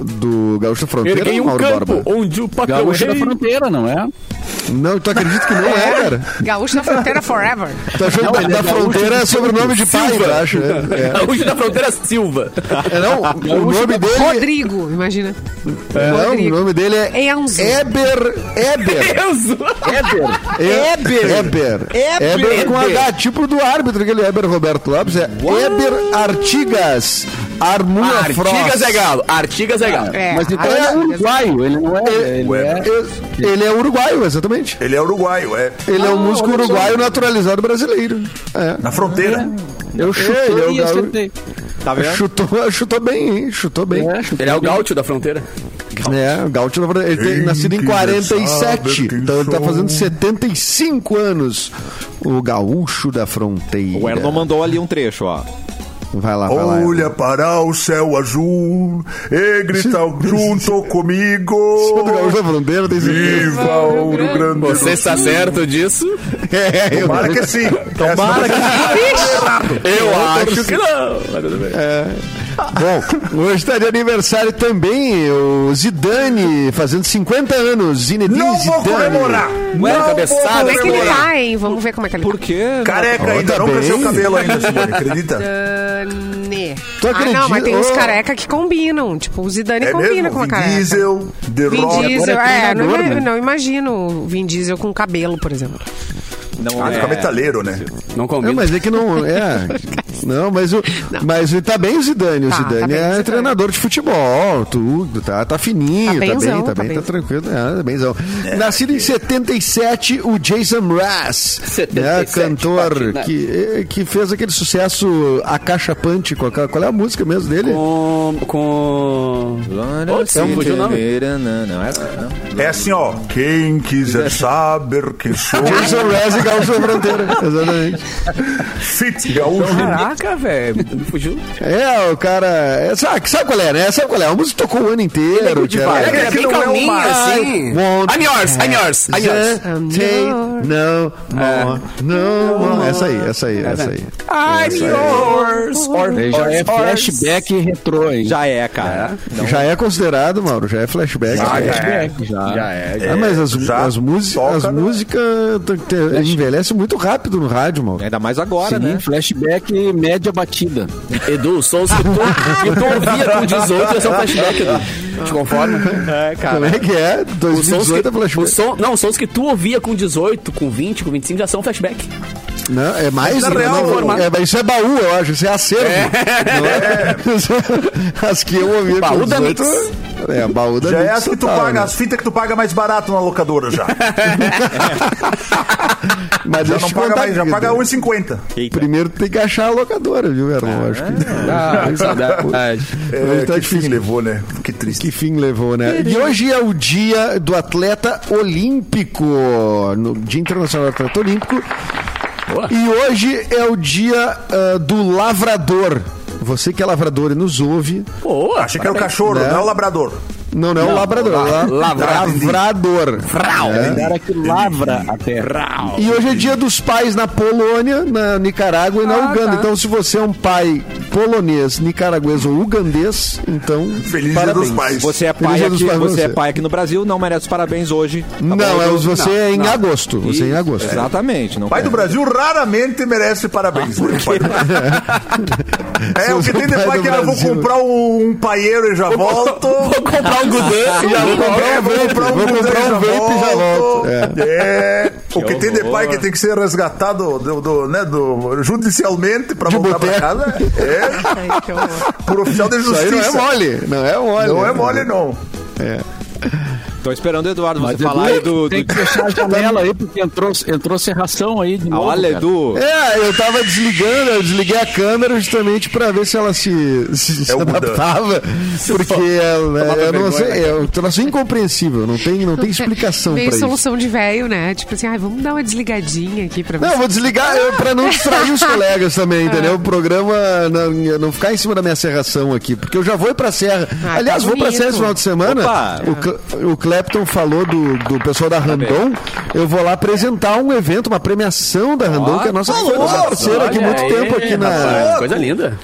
Speaker 5: do Gaúcho da Fronteira,
Speaker 2: Erguei um
Speaker 5: Mauro
Speaker 2: campo
Speaker 5: Borba?
Speaker 2: onde o patrão
Speaker 6: Gaúcho da
Speaker 2: rei-
Speaker 6: Fronteira, não é?
Speaker 5: Não, tu acredita que não é, cara?
Speaker 3: Gaúcho da fronteira forever.
Speaker 5: Tu achou
Speaker 6: Não,
Speaker 5: que
Speaker 6: ele
Speaker 5: da,
Speaker 6: é
Speaker 5: da fronteira
Speaker 6: gaúcho
Speaker 5: é sobrenome de pai,
Speaker 2: Silva.
Speaker 5: eu acho. É,
Speaker 2: Gaúcho da fronteira Silva.
Speaker 5: é. É, não, o nome dele.
Speaker 3: Rodrigo, imagina.
Speaker 5: É, não, o nome dele é.
Speaker 3: Enzo.
Speaker 5: Eber. Eber.
Speaker 2: Enzo.
Speaker 3: É,
Speaker 6: É,
Speaker 5: Eber. Eber. Eber com H, tipo do árbitro, aquele Eber Roberto Lopes. É Eber Artigas. Armuna
Speaker 2: Artigas
Speaker 5: Ah, Frost.
Speaker 2: é galo. Artigas é galo.
Speaker 3: É,
Speaker 6: Mas então
Speaker 3: aí-
Speaker 6: ele é uruguaio, ele não é.
Speaker 5: É,
Speaker 6: Ele é.
Speaker 5: Ele- Ele é uruguaio, exatamente.
Speaker 7: Ele é uruguaio, é.
Speaker 5: Ele é um músico uruguaio naturalizado brasileiro. É.
Speaker 7: Na fronteira.
Speaker 5: Eu
Speaker 6: É,
Speaker 5: chutei,
Speaker 6: ele é o gaúcho.
Speaker 5: É
Speaker 1: Tá vendo?
Speaker 5: Chutou, chutou bem, hein? Chutou bem. É,
Speaker 2: Ele é o gaúcho da fronteira.
Speaker 5: o Gaúcho na verdade, ele tem
Speaker 7: Quem
Speaker 5: nascido em
Speaker 7: quiser
Speaker 5: 47.
Speaker 7: saber quem
Speaker 5: Então ele tá
Speaker 7: sou.
Speaker 5: fazendo 75 anos. O Gaúcho da Fronteira.
Speaker 1: O Erlon mandou ali um trecho, ó.
Speaker 5: Vai lá, vai lá. Erlon.
Speaker 7: Olha para o céu azul e grita junto
Speaker 5: O do Gaúcho
Speaker 7: comigo.
Speaker 5: da Fronteira tem certeza.
Speaker 7: Viva o Rio Grande do
Speaker 2: Você está Tá certo disso?
Speaker 5: É, eu-
Speaker 7: Tomara que sim. Tomara
Speaker 2: Eu acho que não. Mas tudo bem.
Speaker 5: É. Bom, hoje está de aniversário também o Zidane, fazendo 50 anos. Zinedine
Speaker 7: Não vou
Speaker 5: Zidane.
Speaker 7: comemorar.
Speaker 2: Ué,
Speaker 7: não
Speaker 2: cabeçada,
Speaker 7: vou
Speaker 3: Como é que ele
Speaker 7: comemorar.
Speaker 3: tá, hein? Vamos ver como é que ele
Speaker 1: Por quê?
Speaker 7: Careca
Speaker 5: Ó,
Speaker 7: ainda,
Speaker 5: tá
Speaker 7: não cresceu o
Speaker 5: bem.
Speaker 7: cabelo ainda, Simone, acredita?
Speaker 3: Zidane.
Speaker 5: Tu
Speaker 3: Ah, não, mas tem uns
Speaker 5: acredita?
Speaker 3: careca que combinam. Tipo, o Zidane
Speaker 7: É
Speaker 3: combina
Speaker 7: mesmo?
Speaker 3: com uma
Speaker 7: Vin
Speaker 3: careca.
Speaker 7: Diesel, The
Speaker 3: Vin
Speaker 7: Rock.
Speaker 3: Diesel,
Speaker 6: agora é
Speaker 3: é, não,
Speaker 6: treinador,
Speaker 3: ima-
Speaker 6: né?
Speaker 3: não imagino o Vin Diesel com cabelo, por exemplo.
Speaker 1: Não
Speaker 7: Ah,
Speaker 1: é.
Speaker 7: fica metaleiro, né?
Speaker 2: Não
Speaker 5: Não,
Speaker 2: combina.
Speaker 5: mas é que não. É. Não, mas o. Mas tá bem o Zidane. O
Speaker 3: Tá, tá
Speaker 5: Zidane
Speaker 3: bem o
Speaker 5: é
Speaker 3: Zidane.
Speaker 5: treinador de futebol, tudo, tá, tá fininho,
Speaker 3: Tá
Speaker 5: tá,
Speaker 3: benzão,
Speaker 5: bem, tá
Speaker 3: tá
Speaker 5: bem, tá,
Speaker 3: benzão.
Speaker 5: tranquilo. É, tá bemzão. Nascido em 77, o Jason Mraz, né,
Speaker 2: 77,
Speaker 5: cantor
Speaker 2: Patinete.
Speaker 5: que, eh, que fez aquele sucesso acachapante com aquela. Qual é a música mesmo dele?
Speaker 2: Com. Com. Putz, não fugiu o nome.
Speaker 1: Não, não, essa não.
Speaker 7: É assim, ó. Quem quiser saber que sou
Speaker 5: Jason Mraz e Gaúcho da Fronteira. Exatamente.
Speaker 7: fit gaúcho.
Speaker 2: Caraca, velho. Me fugiu.
Speaker 5: É, o cara. é, sabe, sabe qual é, né? Sabe qual é? A música tocou o ano inteiro. que
Speaker 2: É,
Speaker 5: era-
Speaker 2: é bem
Speaker 7: não é um
Speaker 2: calminha,
Speaker 7: mar.
Speaker 2: assim.
Speaker 5: Won't
Speaker 2: I'm yours, I'm yours,
Speaker 5: É.
Speaker 2: I'm yours.
Speaker 5: hesitate No more, no more. Essa aí, essa aí, essa aí.
Speaker 2: I'm yours. Or,
Speaker 6: Já
Speaker 2: or-
Speaker 6: é
Speaker 2: or-
Speaker 6: flashback retrô, hein?
Speaker 1: Já é, cara. Não.
Speaker 5: Já é considerado, Mauro, já é flashback.
Speaker 7: Ah, já é.
Speaker 6: Flashback, já.
Speaker 2: Já é.
Speaker 5: Ah, mas as,
Speaker 7: já
Speaker 5: as, músi-
Speaker 7: toca,
Speaker 5: as
Speaker 7: né?
Speaker 5: músicas t- t- envelhecem muito rápido no rádio, Mauro.
Speaker 1: Ainda mais agora,
Speaker 6: Sim,
Speaker 1: né?
Speaker 6: flashback média batida.
Speaker 2: Edu, sons que tu, que tu ouvia com 18 esse é um flashback, Edu. Te conforma?
Speaker 1: É,
Speaker 5: Como é que é?
Speaker 2: Os sons
Speaker 5: 2018 é
Speaker 2: que,
Speaker 5: flashback.
Speaker 2: os som, não, os sons que tu ouvia com 18, com 20, com 25 já são flashback.
Speaker 5: Não, é mais.
Speaker 2: Mas na
Speaker 5: não,
Speaker 2: real,
Speaker 5: não,
Speaker 2: formato-
Speaker 5: é, mas isso é baú, eu acho. Isso é acervo. Não é? As que eu ouvi
Speaker 2: Baú da
Speaker 5: É, baú da
Speaker 7: Já é
Speaker 5: Mix
Speaker 7: as que tu
Speaker 5: total,
Speaker 7: paga,
Speaker 5: né?
Speaker 7: as fitas que tu paga mais barato na locadora já.
Speaker 5: Mas deixa
Speaker 7: Já
Speaker 5: eu
Speaker 7: não
Speaker 5: te
Speaker 7: paga
Speaker 5: contar,
Speaker 7: mais, já
Speaker 5: querido.
Speaker 7: paga 1,50.
Speaker 5: Primeiro tu tem que achar a locadora, viu, Verão? Eu acho que. tá
Speaker 6: Ah,
Speaker 5: Hoje
Speaker 7: É,
Speaker 5: tá
Speaker 7: que fim
Speaker 5: difícil.
Speaker 7: levou, né? Que triste.
Speaker 5: Que fim levou, né? E hoje é o dia do atleta olímpico, no Dia Internacional do Atleta Olímpico. E hoje é o dia ah, do lavrador. Você que é lavrador e nos ouve.
Speaker 2: Boa.
Speaker 7: Achei que era o cachorro,
Speaker 5: né?
Speaker 7: não é o labrador.
Speaker 5: Não, não é o labrador. la- lavrador.
Speaker 6: O cara que lavra a terra.
Speaker 5: E hoje é dia dos pais na Polônia, na Nicarágua e na Uganda. Então, se você é um pai polonês, nicaraguês ou ugandês, então.
Speaker 7: Feliz dia
Speaker 5: parabéns.
Speaker 7: dos pais.
Speaker 1: Você é,
Speaker 5: Feliz
Speaker 1: pai
Speaker 5: dia dos
Speaker 1: aqui,
Speaker 5: pais pra
Speaker 1: você é
Speaker 5: você.
Speaker 1: pai aqui no Brasil, não merece os parabéns hoje. tá
Speaker 5: Não,
Speaker 1: bom?
Speaker 5: é, os- você
Speaker 2: Não,
Speaker 5: é em
Speaker 2: não.
Speaker 5: agosto. Você é em agosto.
Speaker 1: Exatamente. Não
Speaker 5: É.
Speaker 7: Pai do Brasil raramente merece parabéns. né?
Speaker 5: Ah,
Speaker 7: Pai do Brasil. é, o que tem de
Speaker 5: Pai
Speaker 7: pai
Speaker 5: do
Speaker 7: que eu vou
Speaker 5: Brasil.
Speaker 7: comprar um, um paieiro e já volto.
Speaker 2: Vou comprar um Gudan e já
Speaker 5: Vou
Speaker 2: vou
Speaker 5: comprar um vape, vou comprar um vape e já volto. É.
Speaker 7: É. o que tem de
Speaker 1: horror.
Speaker 7: pai que tem que ser resgatado do, do, né, do, judicialmente pra
Speaker 5: De
Speaker 7: voltar pra
Speaker 5: boteco.
Speaker 7: casa é
Speaker 3: Ai, que horror.
Speaker 7: por oficial de
Speaker 5: Isso aí
Speaker 7: justiça.
Speaker 5: não é mole, não é mole.
Speaker 7: Não é mole, não.
Speaker 1: Tô esperando o Eduardo você
Speaker 2: é
Speaker 6: Mas,
Speaker 1: falar aí
Speaker 6: Edu,
Speaker 1: do.
Speaker 6: tem
Speaker 1: do-
Speaker 6: que fechar a janela aí, porque entrou, entrou serração aí de
Speaker 1: Ah,
Speaker 6: novo.
Speaker 1: Olha,
Speaker 6: cara.
Speaker 1: Edu.
Speaker 5: É, eu tava desligando, eu desliguei a câmera justamente pra ver se ela se, se, se
Speaker 7: É o Buda.
Speaker 5: adaptava. Porque ela, eu não
Speaker 2: vergonha,
Speaker 5: sei, é um troço incompreensível, não tem, não tem explicação pra
Speaker 3: Meio
Speaker 5: isso.
Speaker 3: solução de velho, né? Tipo assim, ai, vamos dar uma desligadinha aqui pra
Speaker 5: Não,
Speaker 3: você.
Speaker 5: eu vou desligar eu, pra não distrair os colegas também,
Speaker 3: É.
Speaker 5: entendeu? O programa não, não ficar em cima da minha serração aqui, porque eu já vou ir pra serra.
Speaker 3: Ah,
Speaker 5: Aliás,
Speaker 3: tá
Speaker 5: vou pra
Speaker 3: bonito.
Speaker 5: serra esse final de semana.
Speaker 1: Opa!
Speaker 5: O, Cle- o Clapton falou do, do pessoal da Randon. Eu vou lá apresentar um evento, uma premiação da Randon, que é a nossa, nossa parceira aqui há muito tempo aqui na.
Speaker 2: rapaz, Coisa linda.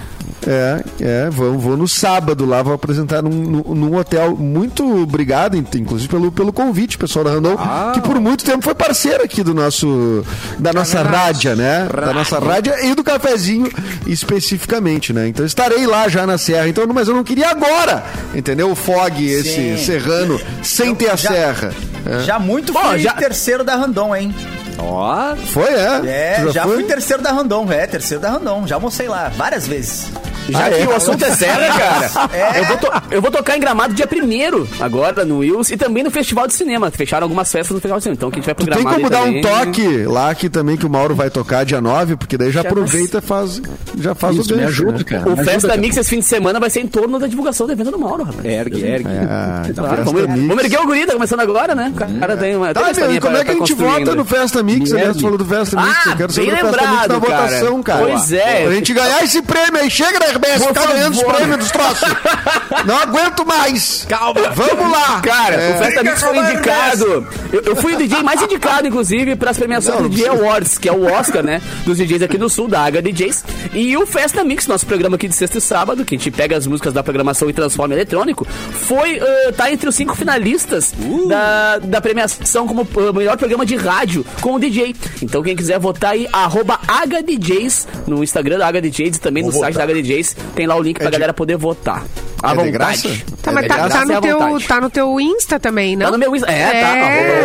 Speaker 5: É, é, vou, vou no sábado lá, vou apresentar num, num- num hotel. Muito obrigado, in- inclusive, pelo, pelo convite, pessoal da Randon, que por muito tempo foi parceiro aqui do nosso. Da nossa rádio, né? Da nossa rádio e do cafezinho especificamente, né? Então estarei lá já na Serra, então, mas eu não queria agora, entendeu? O fog, esse serrano, sem ter a
Speaker 4: já-
Speaker 5: serra. É.
Speaker 4: Já muito
Speaker 2: Bom,
Speaker 4: fui
Speaker 2: já-
Speaker 4: terceiro da Randon, hein?
Speaker 1: Ó.
Speaker 5: Foi, é?
Speaker 4: É,
Speaker 5: Tu
Speaker 4: já,
Speaker 5: foi?
Speaker 4: fui terceiro da Randon, é, terceiro da Randon. Já almocei lá várias vezes.
Speaker 2: Já
Speaker 5: Ah,
Speaker 2: que
Speaker 5: é?
Speaker 2: o assunto é sério, cara, eu, vou to- eu vou tocar em Gramado dia 1 agora no Wills e também no Festival de Cinema. Fecharam algumas festas no Festival de Cinema, então quem tiver
Speaker 5: Tu tem
Speaker 2: programado
Speaker 5: como
Speaker 2: aí
Speaker 5: dar
Speaker 2: também-
Speaker 5: um toque lá aqui também, que o Mauro vai tocar dia 9, porque daí já,
Speaker 2: Já
Speaker 5: aproveita e faz, já faz o
Speaker 6: Isso,
Speaker 5: gancho.
Speaker 6: me ajuda,
Speaker 5: né?
Speaker 6: cara.
Speaker 2: O
Speaker 6: Me
Speaker 2: Festa
Speaker 1: é
Speaker 6: ajuda, cara.
Speaker 2: Mix esse fim de semana vai ser em torno da divulgação do evento do Mauro, rapaz.
Speaker 1: Ergue, ergue.
Speaker 5: Ah, então
Speaker 2: Claro,
Speaker 5: É, festa
Speaker 2: vamos,
Speaker 5: mix.
Speaker 2: vamos erguer o guri, tá começando agora, né? O cara tem uma. tem
Speaker 5: Tá,
Speaker 2: uma
Speaker 5: meu, e
Speaker 2: historinha
Speaker 5: como
Speaker 2: pra-
Speaker 5: é que a
Speaker 2: pra
Speaker 5: gente
Speaker 2: construir
Speaker 5: vota
Speaker 2: ainda.
Speaker 5: no Festa Mix? Aliás, tu falou do Festa Mix,
Speaker 2: Ah,
Speaker 5: eu quero saber
Speaker 2: bem
Speaker 5: do Festa Mix na
Speaker 2: lembrado, cara.
Speaker 5: votação, cara.
Speaker 2: Pois é.
Speaker 5: Pra gente ganhar esse prêmio aí. Chega da RBS,
Speaker 2: Por
Speaker 5: tá ganhando os
Speaker 2: favor.
Speaker 5: prêmios dos troços. Não aguento mais.
Speaker 1: Calma.
Speaker 5: Vamos lá.
Speaker 2: Cara,
Speaker 5: É.
Speaker 2: o Festa
Speaker 7: Fica
Speaker 2: Mix foi
Speaker 7: com a
Speaker 2: indicado. Eu, eu fui o DJ mais indicado, inclusive, para as premiações do DJ Awards, que é o Oscar, né? Dos DJs aqui do Sul, da Aga DJs. E o Festa Mix, nosso programa aqui de sexta e sábado, que a gente pega as músicas da programação e transforma em eletrônico, foi. eh, tá entre os cinco finalistas
Speaker 5: Uh!
Speaker 2: da, da premiação como eh, melhor programa de rádio com o DJ. Então, quem quiser votar aí, arroba HDJs no Instagram da HDJs e também no site da HDJs. Tem lá o link pra galera poder votar. À
Speaker 5: É de
Speaker 2: vontade.
Speaker 5: graça?
Speaker 3: Tá,
Speaker 5: É
Speaker 3: mas tá, tá
Speaker 5: legal.
Speaker 2: Graça é à
Speaker 3: no teu,
Speaker 2: vontade.
Speaker 3: tá no teu Insta também, não?
Speaker 2: Tá no meu Insta. É, tá.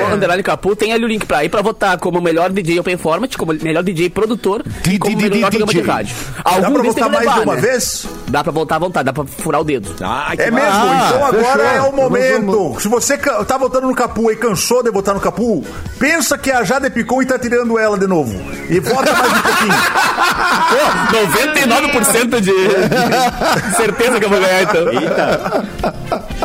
Speaker 2: Arroba Underline Capu tem ali o link pra ir pra votar como melhor DJ Open Format, como melhor DJ produtor e como
Speaker 5: DJ.
Speaker 2: melhor programa de rádio.
Speaker 7: Dá
Speaker 2: Algum
Speaker 7: pra
Speaker 2: deles tem
Speaker 7: voltar
Speaker 2: que
Speaker 7: mais
Speaker 2: levar,
Speaker 7: de uma
Speaker 2: né?
Speaker 7: vez?
Speaker 2: Dá pra voltar à vontade, dá pra furar o dedo.
Speaker 1: Ai, que
Speaker 7: É mesmo,
Speaker 1: maravilha.
Speaker 7: então
Speaker 5: fechou.
Speaker 7: agora é o
Speaker 5: Então
Speaker 7: momento.
Speaker 5: vamos-
Speaker 7: Se você ca- tá votando no Capu e cansou de votar no Capu, pensa que a Jade picou e tá tirando ela de novo. E vota mais um pouquinho.
Speaker 2: 99% de certeza que eu vou ganhar, então.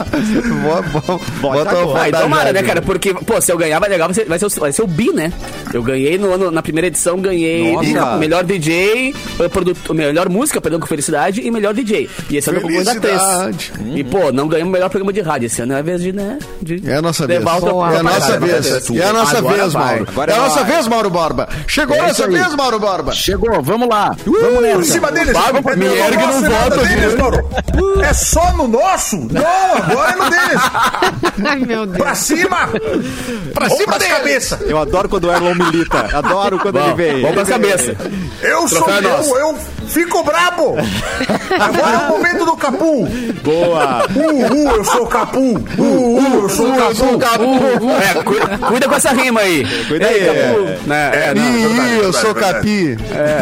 Speaker 5: Bo- bo- Bota uma
Speaker 2: Ah, e
Speaker 5: fodalidade.
Speaker 2: tomara, né, cara? Porque, pô, se eu ganhar, vai legal, vai ser, vai ser, o, vai ser o bi, né? Eu ganhei no ano, na primeira edição, ganhei
Speaker 1: Nossa.
Speaker 2: de- melhor DJ, eh, produto, melhor música, perdão, com felicidade, e melhor DJ. E esse ano eu vou ganhar três.
Speaker 5: Felicidade.
Speaker 2: E, pô, não ganhamos o melhor programa de rádio. Esse ano é a vez de, né? de
Speaker 5: É a nossa vez.
Speaker 2: levar o teu-
Speaker 5: É a nossa
Speaker 2: Agora
Speaker 5: vez. É a nossa
Speaker 2: Agora
Speaker 5: vez,
Speaker 2: vai.
Speaker 5: Mauro.
Speaker 1: Agora
Speaker 5: É a
Speaker 1: vai.
Speaker 5: nossa vez, Mauro Borba. Chegou
Speaker 6: É
Speaker 5: essa
Speaker 6: isso aí.
Speaker 5: vez, Mauro Borba.
Speaker 6: Chegou, vamos lá.
Speaker 7: Vamos nessa. Em cima deles.
Speaker 2: Pago pra mim,
Speaker 7: Eu
Speaker 2: ergue
Speaker 7: gosto
Speaker 2: no
Speaker 7: de nada
Speaker 2: voto,
Speaker 7: deles,
Speaker 2: viu?
Speaker 7: Mauro. É só no nosso? Não, agora é no deles.
Speaker 3: Ai, meu Deus.
Speaker 7: Pra cima. Pra cima das cabeça.
Speaker 1: Eu adoro quando o Erlon milita. Adoro quando ele
Speaker 2: Bom,
Speaker 1: vem.
Speaker 2: vamos pras cabeças.
Speaker 7: Eu sou
Speaker 2: Troféu é nosso.
Speaker 7: meu, eu fico brabo. Agora é o momento do Capu.
Speaker 1: Boa.
Speaker 7: Uh, uh, eu sou o Capu. Uh, uh, eu sou o Capu.
Speaker 2: É, cuida, cuida com essa rima aí.
Speaker 1: Cuida aí.
Speaker 2: Capu. Né, é, não.
Speaker 5: Ih, eu
Speaker 7: verdade,
Speaker 5: sou
Speaker 7: verdade.
Speaker 5: capi.
Speaker 2: É,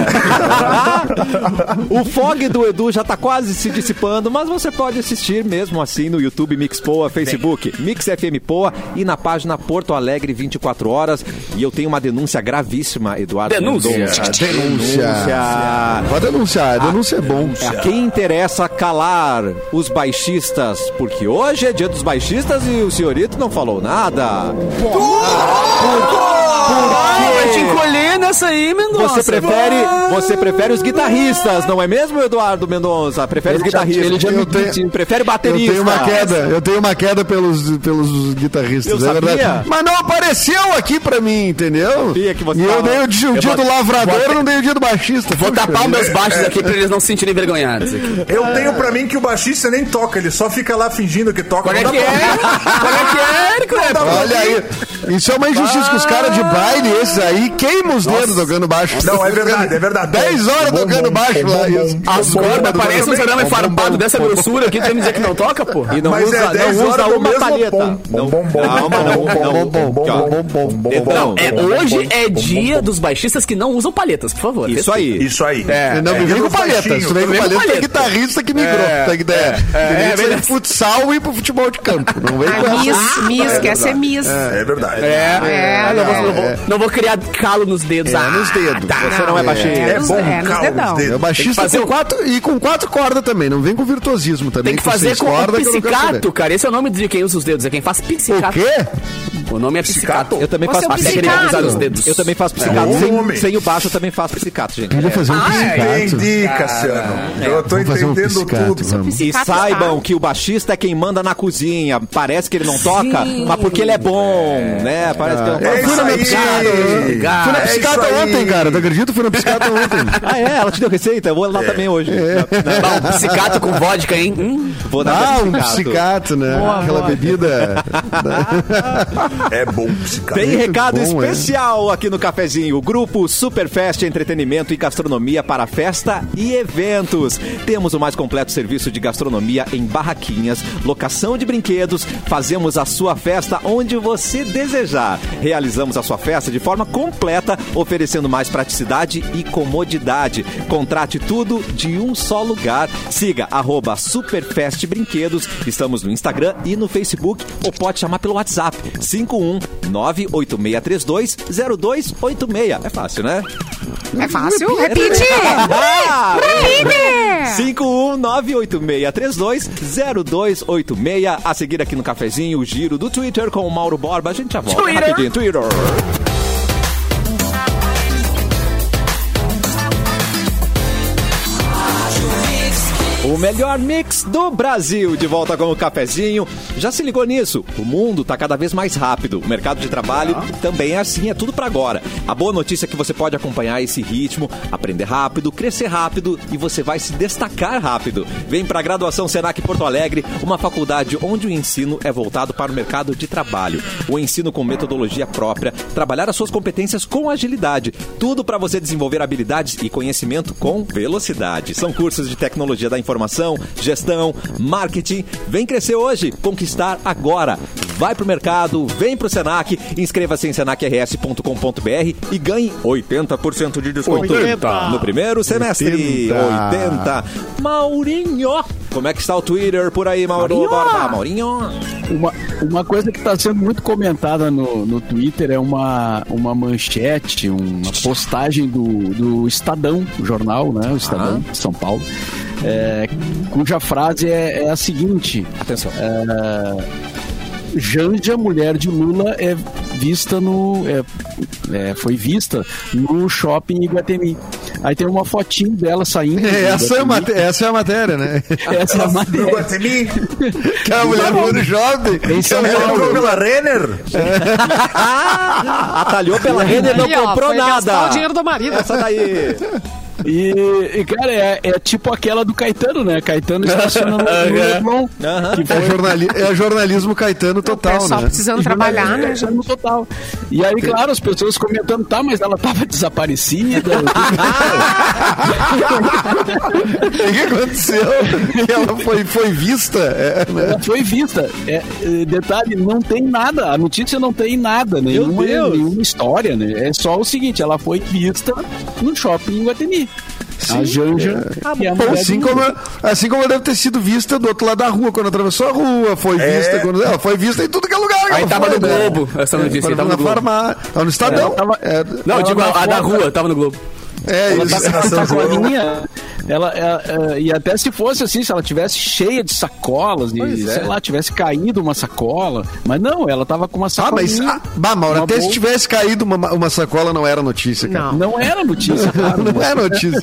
Speaker 1: O fog do Edu já tá quase se dissipando, mas você pode assistir mesmo assim no YouTube Mix Poa, Facebook Mix FM Poa e na página Porto Alegre 24 horas. E eu tenho uma denúncia gravíssima, Eduardo.
Speaker 2: Denúncia.
Speaker 1: Mendonça.
Speaker 2: é
Speaker 5: Denúncia. Pode denunciar, denúncia é bom.
Speaker 1: A quem interessa calar os baixistas, porque hoje é dia dos baixistas e o senhorito não falou nada.
Speaker 2: Ah, vai te encolher nessa aí, Mendonça.
Speaker 1: Você prefere, você prefere os guitarristas, não é mesmo, Eduardo Mendonça? Prefere os
Speaker 6: Ele já-
Speaker 1: guitarristas.
Speaker 6: ele já
Speaker 5: me disse.
Speaker 1: prefere
Speaker 5: Eu
Speaker 1: baterista.
Speaker 5: tenho uma queda, eu tenho uma queda pelos, pelos guitarristas,
Speaker 1: Eu
Speaker 5: é
Speaker 1: sabia.
Speaker 5: verdade. Mas não apareceu aqui pra mim, entendeu?
Speaker 1: sabia que você
Speaker 5: e eu
Speaker 1: tava-
Speaker 5: dei o dia, o dia do lavrador, eu não dei o dia do baixista.
Speaker 2: Vou
Speaker 5: Puxa
Speaker 2: tapar os
Speaker 5: vida.
Speaker 2: meus baixos aqui pra eles não se sentirem envergonhados. aqui.
Speaker 7: Eu tenho pra mim que o baixista nem toca, ele só fica lá fingindo que toca.
Speaker 2: Qual é
Speaker 7: Não
Speaker 2: que
Speaker 7: dá pra-
Speaker 2: é? Qual é que é, Érico? É, pô?
Speaker 5: né? Olha aí, isso é uma injustiça que os caras de baile, esses aí, queimam os dedos tocando baixo.
Speaker 7: Não, é verdade, é verdade.
Speaker 5: 10 horas tocando baixo lá. e os-
Speaker 2: As gordas parecem um cerame farpado dessa grossura aqui, tu vai me dizer que não toca, pô?
Speaker 1: E não
Speaker 7: Mas
Speaker 1: usa,
Speaker 7: é dez
Speaker 1: não usa
Speaker 7: horas do
Speaker 1: uma
Speaker 7: mesmo
Speaker 1: palheta.
Speaker 7: pom.
Speaker 1: Não,
Speaker 7: Bom, bom,
Speaker 1: calma, não,
Speaker 7: bom,
Speaker 1: não.
Speaker 5: bom, bom,
Speaker 1: Aqui, ó.
Speaker 5: bom, bom, bom,
Speaker 1: Dedão.
Speaker 2: É, hoje é dia dos baixistas que não usam palhetas, por favor.
Speaker 1: Isso aí.
Speaker 7: Isso aí.
Speaker 5: É, Não, me vem
Speaker 7: Dia
Speaker 5: com
Speaker 7: dos
Speaker 5: palheta.
Speaker 7: baixinhos.
Speaker 5: Se vem com
Speaker 2: vem com
Speaker 5: palheta, tem
Speaker 2: palheta.
Speaker 5: guitarrista que migrou.
Speaker 2: É,
Speaker 5: Tem que é,
Speaker 2: é, é
Speaker 5: é,
Speaker 2: verdade.
Speaker 5: futsal e ir pro futebol de campo. Não vem com
Speaker 3: A Miss,
Speaker 5: essa.
Speaker 3: Miss, quer ser Miss.
Speaker 7: É verdade.
Speaker 2: É,
Speaker 3: É,
Speaker 2: não, vou,
Speaker 3: é.
Speaker 2: não vou- não vou criar calo nos dedos. ah,
Speaker 5: nos dedos.
Speaker 1: Você não é baixinho.
Speaker 7: É
Speaker 3: nos-
Speaker 7: bom,
Speaker 3: é nos
Speaker 7: calma.
Speaker 3: dedão.
Speaker 7: os
Speaker 5: É
Speaker 7: dedos.
Speaker 5: baixista
Speaker 2: fazer
Speaker 5: com
Speaker 2: o-
Speaker 5: quatro, e com quatro cordas também. Não vem com virtuosismo também.
Speaker 2: Tem que fazer
Speaker 5: seis
Speaker 2: com o
Speaker 5: cordas, que eu não quero
Speaker 2: pizzicato, cara. Esse é o nome de quem usa os dedos, é quem faz
Speaker 5: saber. O
Speaker 2: pizzicato.
Speaker 5: quê?
Speaker 2: O nome é pizzicato.
Speaker 1: Eu também
Speaker 3: Você
Speaker 1: faço
Speaker 3: é um
Speaker 1: psicato.
Speaker 3: psicato.
Speaker 2: Usar os dedos.
Speaker 1: Eu também faço psicato.
Speaker 7: É um
Speaker 1: Sem,
Speaker 7: homem.
Speaker 1: sem o baixo, eu também faço psicato, gente.
Speaker 5: Queria fazer um
Speaker 6: Ah,
Speaker 5: pizzicato.
Speaker 7: Entendi, Cassiano. Eu tô
Speaker 5: Vamos fazer um
Speaker 7: entendendo
Speaker 5: pizzicato,
Speaker 7: tudo.
Speaker 5: vamos.
Speaker 1: E
Speaker 3: Psicato
Speaker 1: saibam
Speaker 3: tá.
Speaker 1: que o baixista é quem manda na cozinha. Parece que ele não toca, mas porque ele é bom, né? Parece que
Speaker 7: É
Speaker 1: Fui
Speaker 7: isso
Speaker 1: na minha
Speaker 7: aí.
Speaker 1: psiquiatra.
Speaker 5: Fui na
Speaker 7: É isso
Speaker 5: psicata
Speaker 7: aí.
Speaker 5: ontem, cara. Tu acredita? Fui na psicata ontem.
Speaker 1: Ah, é? Ela te deu receita? Eu vou lá também hoje.
Speaker 2: Bah, um psicato com vodka, hein? Hum.
Speaker 1: Vou dar
Speaker 5: Ah, um
Speaker 1: psicato.
Speaker 5: psicato, né? Aquela bebida.
Speaker 7: É bom psicado.
Speaker 1: Tem recado
Speaker 5: bom, é.
Speaker 1: especial aqui no cafezinho. O grupo Superfest Entretenimento e Gastronomia para festa e eventos. Temos o mais completo serviço de gastronomia em barraquinhas, locação de brinquedos, fazemos a sua festa onde você desejar. Realizamos a sua festa de forma completa, oferecendo mais praticidade e comodidade. Contrate tudo de um só lugar. Siga arroba Superfest Brinquedos. Estamos no Instagram e no Facebook ou pode chamar pelo WhatsApp 51 98632 0286. É fácil, né?
Speaker 3: É fácil? Repite!
Speaker 1: Ah!
Speaker 3: Repite!
Speaker 1: 51986320286. A seguir aqui no cafezinho, o giro do Twitter com o Mauro Borba. A gente já volta
Speaker 2: Twitter.
Speaker 1: rapidinho. Twitter. O melhor mix do Brasil, de volta com o cafezinho. Já se ligou nisso? O mundo tá cada vez mais rápido. O mercado de trabalho também é assim, é tudo pra agora. A boa notícia é que você pode acompanhar esse ritmo, aprender rápido, crescer rápido e você vai se destacar rápido. Vem pra graduação Senac Porto Alegre, uma faculdade onde o ensino é voltado para o mercado de trabalho. O ensino com metodologia própria, trabalhar as suas competências com agilidade. Tudo pra você desenvolver habilidades e conhecimento com velocidade. São cursos de tecnologia da informação, gestão, marketing. Vem crescer hoje, conquistar agora. Vai pro mercado, vem pro Senac, inscreva-se em senacrs.com.br e ganhe 80% de desconto
Speaker 5: 80.
Speaker 1: no primeiro semestre.
Speaker 5: 80.
Speaker 1: 80. Maurinho, como é que está o Twitter por aí, Mauro
Speaker 2: Maurinho.
Speaker 1: Borba? Maurinho.
Speaker 6: Uma, uma coisa que está sendo muito comentada no, no Twitter é uma, uma manchete, uma postagem do, do Estadão, o jornal, né? O Estadão de São Paulo. é, cuja frase é, é a seguinte:
Speaker 1: Atenção.
Speaker 6: é, Janja, mulher de Lula, é vista no. é- é, foi vista no shopping Iguatemi. Aí tem uma fotinho dela saindo.
Speaker 5: Essa é, a
Speaker 6: uma
Speaker 5: mate- essa é a matéria, né?
Speaker 6: Essa é a
Speaker 7: No
Speaker 6: matéria.
Speaker 7: Guatemi,
Speaker 5: Que a mulher foi no shopping.
Speaker 6: Em Tá São
Speaker 7: ela
Speaker 6: Paulo.
Speaker 7: entrou pela Renner.
Speaker 1: Atalhou pela rede e não
Speaker 3: Aí, ó,
Speaker 1: comprou
Speaker 3: foi gastar
Speaker 1: nada.
Speaker 3: o dinheiro do marido.
Speaker 1: Essa daí.
Speaker 6: E, e, cara, é, é tipo aquela do Caetano, né? Caetano estaciona no, no Leblon. Que
Speaker 5: É,
Speaker 6: foi-
Speaker 5: jornali- é jornalismo caetano
Speaker 3: É
Speaker 5: total,
Speaker 3: só
Speaker 5: né?
Speaker 3: precisando trabalhar, né?
Speaker 6: É, no total. E aí, claro, as pessoas comentando, tá, mas ela tava desaparecida.
Speaker 5: O que aconteceu? Que ela foi, foi vista. É, né?
Speaker 6: ela foi vista. É, é, detalhe, não tem nada. A notícia não tem nada, nenhuma,
Speaker 1: Deus.
Speaker 6: nenhuma história, né? É só o seguinte, ela foi vista no shopping em Guatemi. a Janja. e a mulher
Speaker 5: Assim
Speaker 6: do-
Speaker 5: como, assim como ela deve ter sido vista do outro lado da rua, quando atravessou a rua, foi
Speaker 7: É.
Speaker 5: vista quando. Ela foi vista em tudo que é lugar. que
Speaker 2: Aí
Speaker 5: ela
Speaker 2: tava
Speaker 5: foi,
Speaker 2: no
Speaker 5: né?
Speaker 2: Globo, essa notícia,
Speaker 5: Quando
Speaker 2: aí tava
Speaker 5: na
Speaker 2: no Globo.
Speaker 5: farmácia. Tava no Estadão.
Speaker 6: É, tava-
Speaker 5: É,
Speaker 2: Não, eu digo a, a da
Speaker 6: foto-
Speaker 2: rua, tava no Globo.
Speaker 5: é
Speaker 6: Ela
Speaker 5: isso.
Speaker 6: tá com uma
Speaker 7: São João.
Speaker 6: sacolinha. Ela, ela, eh, e até se fosse assim, se ela tivesse cheia de sacolas, de, sei
Speaker 5: é.
Speaker 6: lá, tivesse caído uma sacola. Mas não, ela tava com uma
Speaker 5: Ah,
Speaker 6: sacolinha.
Speaker 5: mas. Ah, bah, Mauro,
Speaker 6: Uma
Speaker 5: até se
Speaker 6: bolsa.
Speaker 5: tivesse caído uma, uma sacola, não era notícia, cara.
Speaker 3: Não.
Speaker 6: Não era notícia, claro.
Speaker 5: Não
Speaker 6: né?
Speaker 5: é notícia.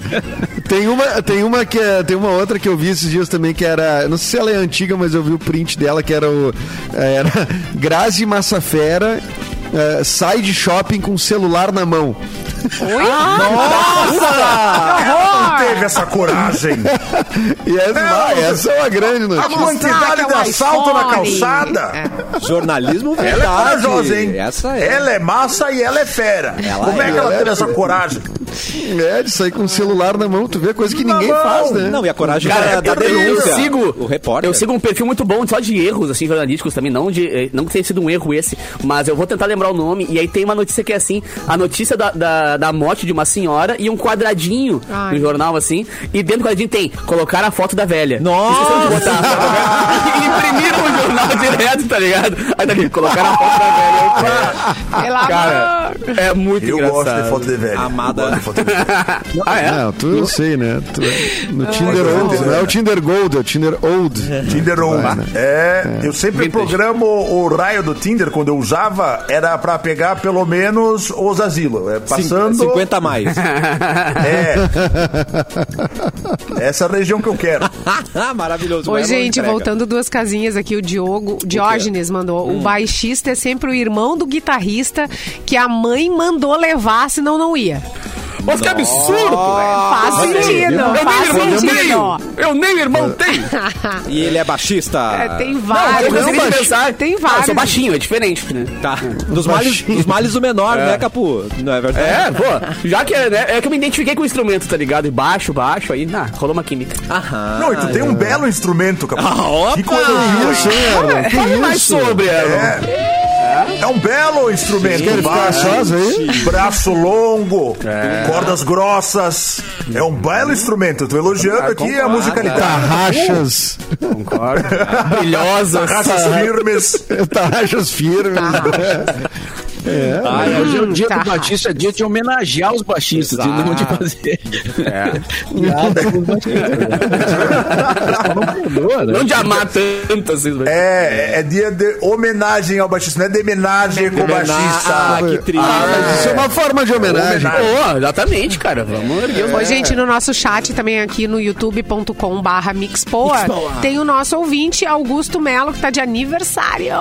Speaker 5: Tem uma, tem uma que é- tem uma outra que eu vi esses dias também que era, não sei se ela é antiga, mas eu vi o print dela que era o é, era Grazi Massafera eh, sai de shopping com o celular na mão.
Speaker 7: Não teve essa coragem.
Speaker 5: E essa, ah, essa é uma grande
Speaker 7: A
Speaker 5: notícia.
Speaker 7: quantidade
Speaker 3: que é um
Speaker 7: de assalto na
Speaker 3: iPhone.
Speaker 7: calçada.
Speaker 1: Jornalismo
Speaker 7: Ela é
Speaker 1: verdade.
Speaker 7: corajosa, hein?
Speaker 1: Essa é.
Speaker 7: Ela é massa e ela é fera. Como é,
Speaker 1: é,
Speaker 7: que ela
Speaker 5: ela
Speaker 7: teve
Speaker 5: é
Speaker 7: essa
Speaker 5: fera.
Speaker 7: coragem?
Speaker 5: É, de sair com o celular na mão, tu vê coisa que
Speaker 7: Na
Speaker 5: ninguém
Speaker 7: mão.
Speaker 5: faz, né?
Speaker 1: Não, e a coragem
Speaker 2: Cara,
Speaker 1: da,
Speaker 2: eu,
Speaker 1: da denúncia.
Speaker 7: um
Speaker 2: eu sigo.
Speaker 1: o repórter.
Speaker 2: Eu sigo um perfil muito bom, só de erros, assim, jornalísticos também. Não, de, eh, não que tenha sido um erro esse, mas eu vou tentar lembrar o nome. E aí tem uma notícia que é assim: a notícia da, da, da morte de uma senhora e um quadradinho
Speaker 3: Ai.
Speaker 2: no jornal, assim. E dentro do quadradinho tem colocar a foto da velha. é
Speaker 1: Nossa!
Speaker 2: Esqueceram de botar a foto da velha. E tá imprimiram o jornal direto, tá ligado? Aí tá ali, colocar a foto da velha. Aí, cara,
Speaker 3: Ela
Speaker 2: Cara, é muito
Speaker 7: Eu
Speaker 2: engraçado.
Speaker 7: gosto de foto de velho.
Speaker 1: Amada.
Speaker 7: Eu gosto de foto de velho.
Speaker 2: Ah, é?
Speaker 5: Não, tu eu sei, né? Tu- no Tinder Old, não é o Tinder Gold, é o Tinder Old.
Speaker 7: Tinder ou
Speaker 5: Vai, né?
Speaker 7: é, eu sempre programo o raio do Tinder quando eu usava era pra pegar pelo menos os asilos, é,
Speaker 1: Cin-
Speaker 7: passando
Speaker 1: 50 a mais.
Speaker 7: é essa é região que eu quero.
Speaker 1: Maravilhoso.
Speaker 3: Oi,
Speaker 1: Ela
Speaker 3: gente,
Speaker 1: entrega.
Speaker 3: voltando duas casinhas aqui, o Diogo, o Diógenes mandou.
Speaker 2: Hum.
Speaker 3: O baixista é sempre o irmão do guitarrista que a mãe mandou levar, senão não ia.
Speaker 2: Mas que absurdo!
Speaker 3: faz sentido,
Speaker 2: Ah, Eu nem
Speaker 3: faz
Speaker 2: irmão
Speaker 3: sentido.
Speaker 2: tenho! Eu nem irmão tenho!
Speaker 1: E ele é baixista.
Speaker 3: É, tem
Speaker 2: Ah, eu
Speaker 3: vários.
Speaker 2: consegui
Speaker 3: Tem
Speaker 2: pensar.
Speaker 3: Tem
Speaker 2: Ah, eu
Speaker 3: vários.
Speaker 2: sou baixinho, é diferente, né?
Speaker 1: Tá.
Speaker 3: um
Speaker 1: Dos males, dos males o menor, né, Capu? Não é verdade?
Speaker 2: É, pô, já que é, né, é que eu me identifiquei com o instrumento, tá ligado? E baixo, baixo, aí, nah, rolou uma química.
Speaker 7: Não, e tu tem um belo instrumento, cara.
Speaker 1: opa!
Speaker 7: que coisa linda.
Speaker 5: Isso, hein, Erlon?
Speaker 2: Fale É mais sobre, ela.
Speaker 7: É. É um belo instrumento.
Speaker 5: Quer ficar
Speaker 7: Vai,
Speaker 5: sós aí?
Speaker 7: Braço longo, cordas grossas. É um belo instrumento. Tô elogiando aqui a
Speaker 5: Tá
Speaker 7: musicalidade.
Speaker 5: Tarraxas.
Speaker 2: Concordo. Brilhosa.
Speaker 7: Raças firmes.
Speaker 5: Tarraxas firmes.
Speaker 6: Mas hoje é o dia
Speaker 3: Tá.
Speaker 6: do baixista, é dia de homenagear os baixistas, de não de fazer.
Speaker 5: É.
Speaker 6: Piada com os baixistas. Não perdoa, né?
Speaker 2: Não de amar tanto assim. mas-
Speaker 7: É, é dia de homenagem ao baixista, não é de homenagem com o
Speaker 1: Ah,
Speaker 7: baixista.
Speaker 1: que triste.
Speaker 5: Ah, mas isso é uma forma de homenagem.
Speaker 2: Pô, exatamente, cara. Vamos erguer
Speaker 3: Ô, gente, no nosso chat também aqui no youtube.com barra Mixpoa, tem o nosso ouvinte Augusto Melo, que tá de aniversário.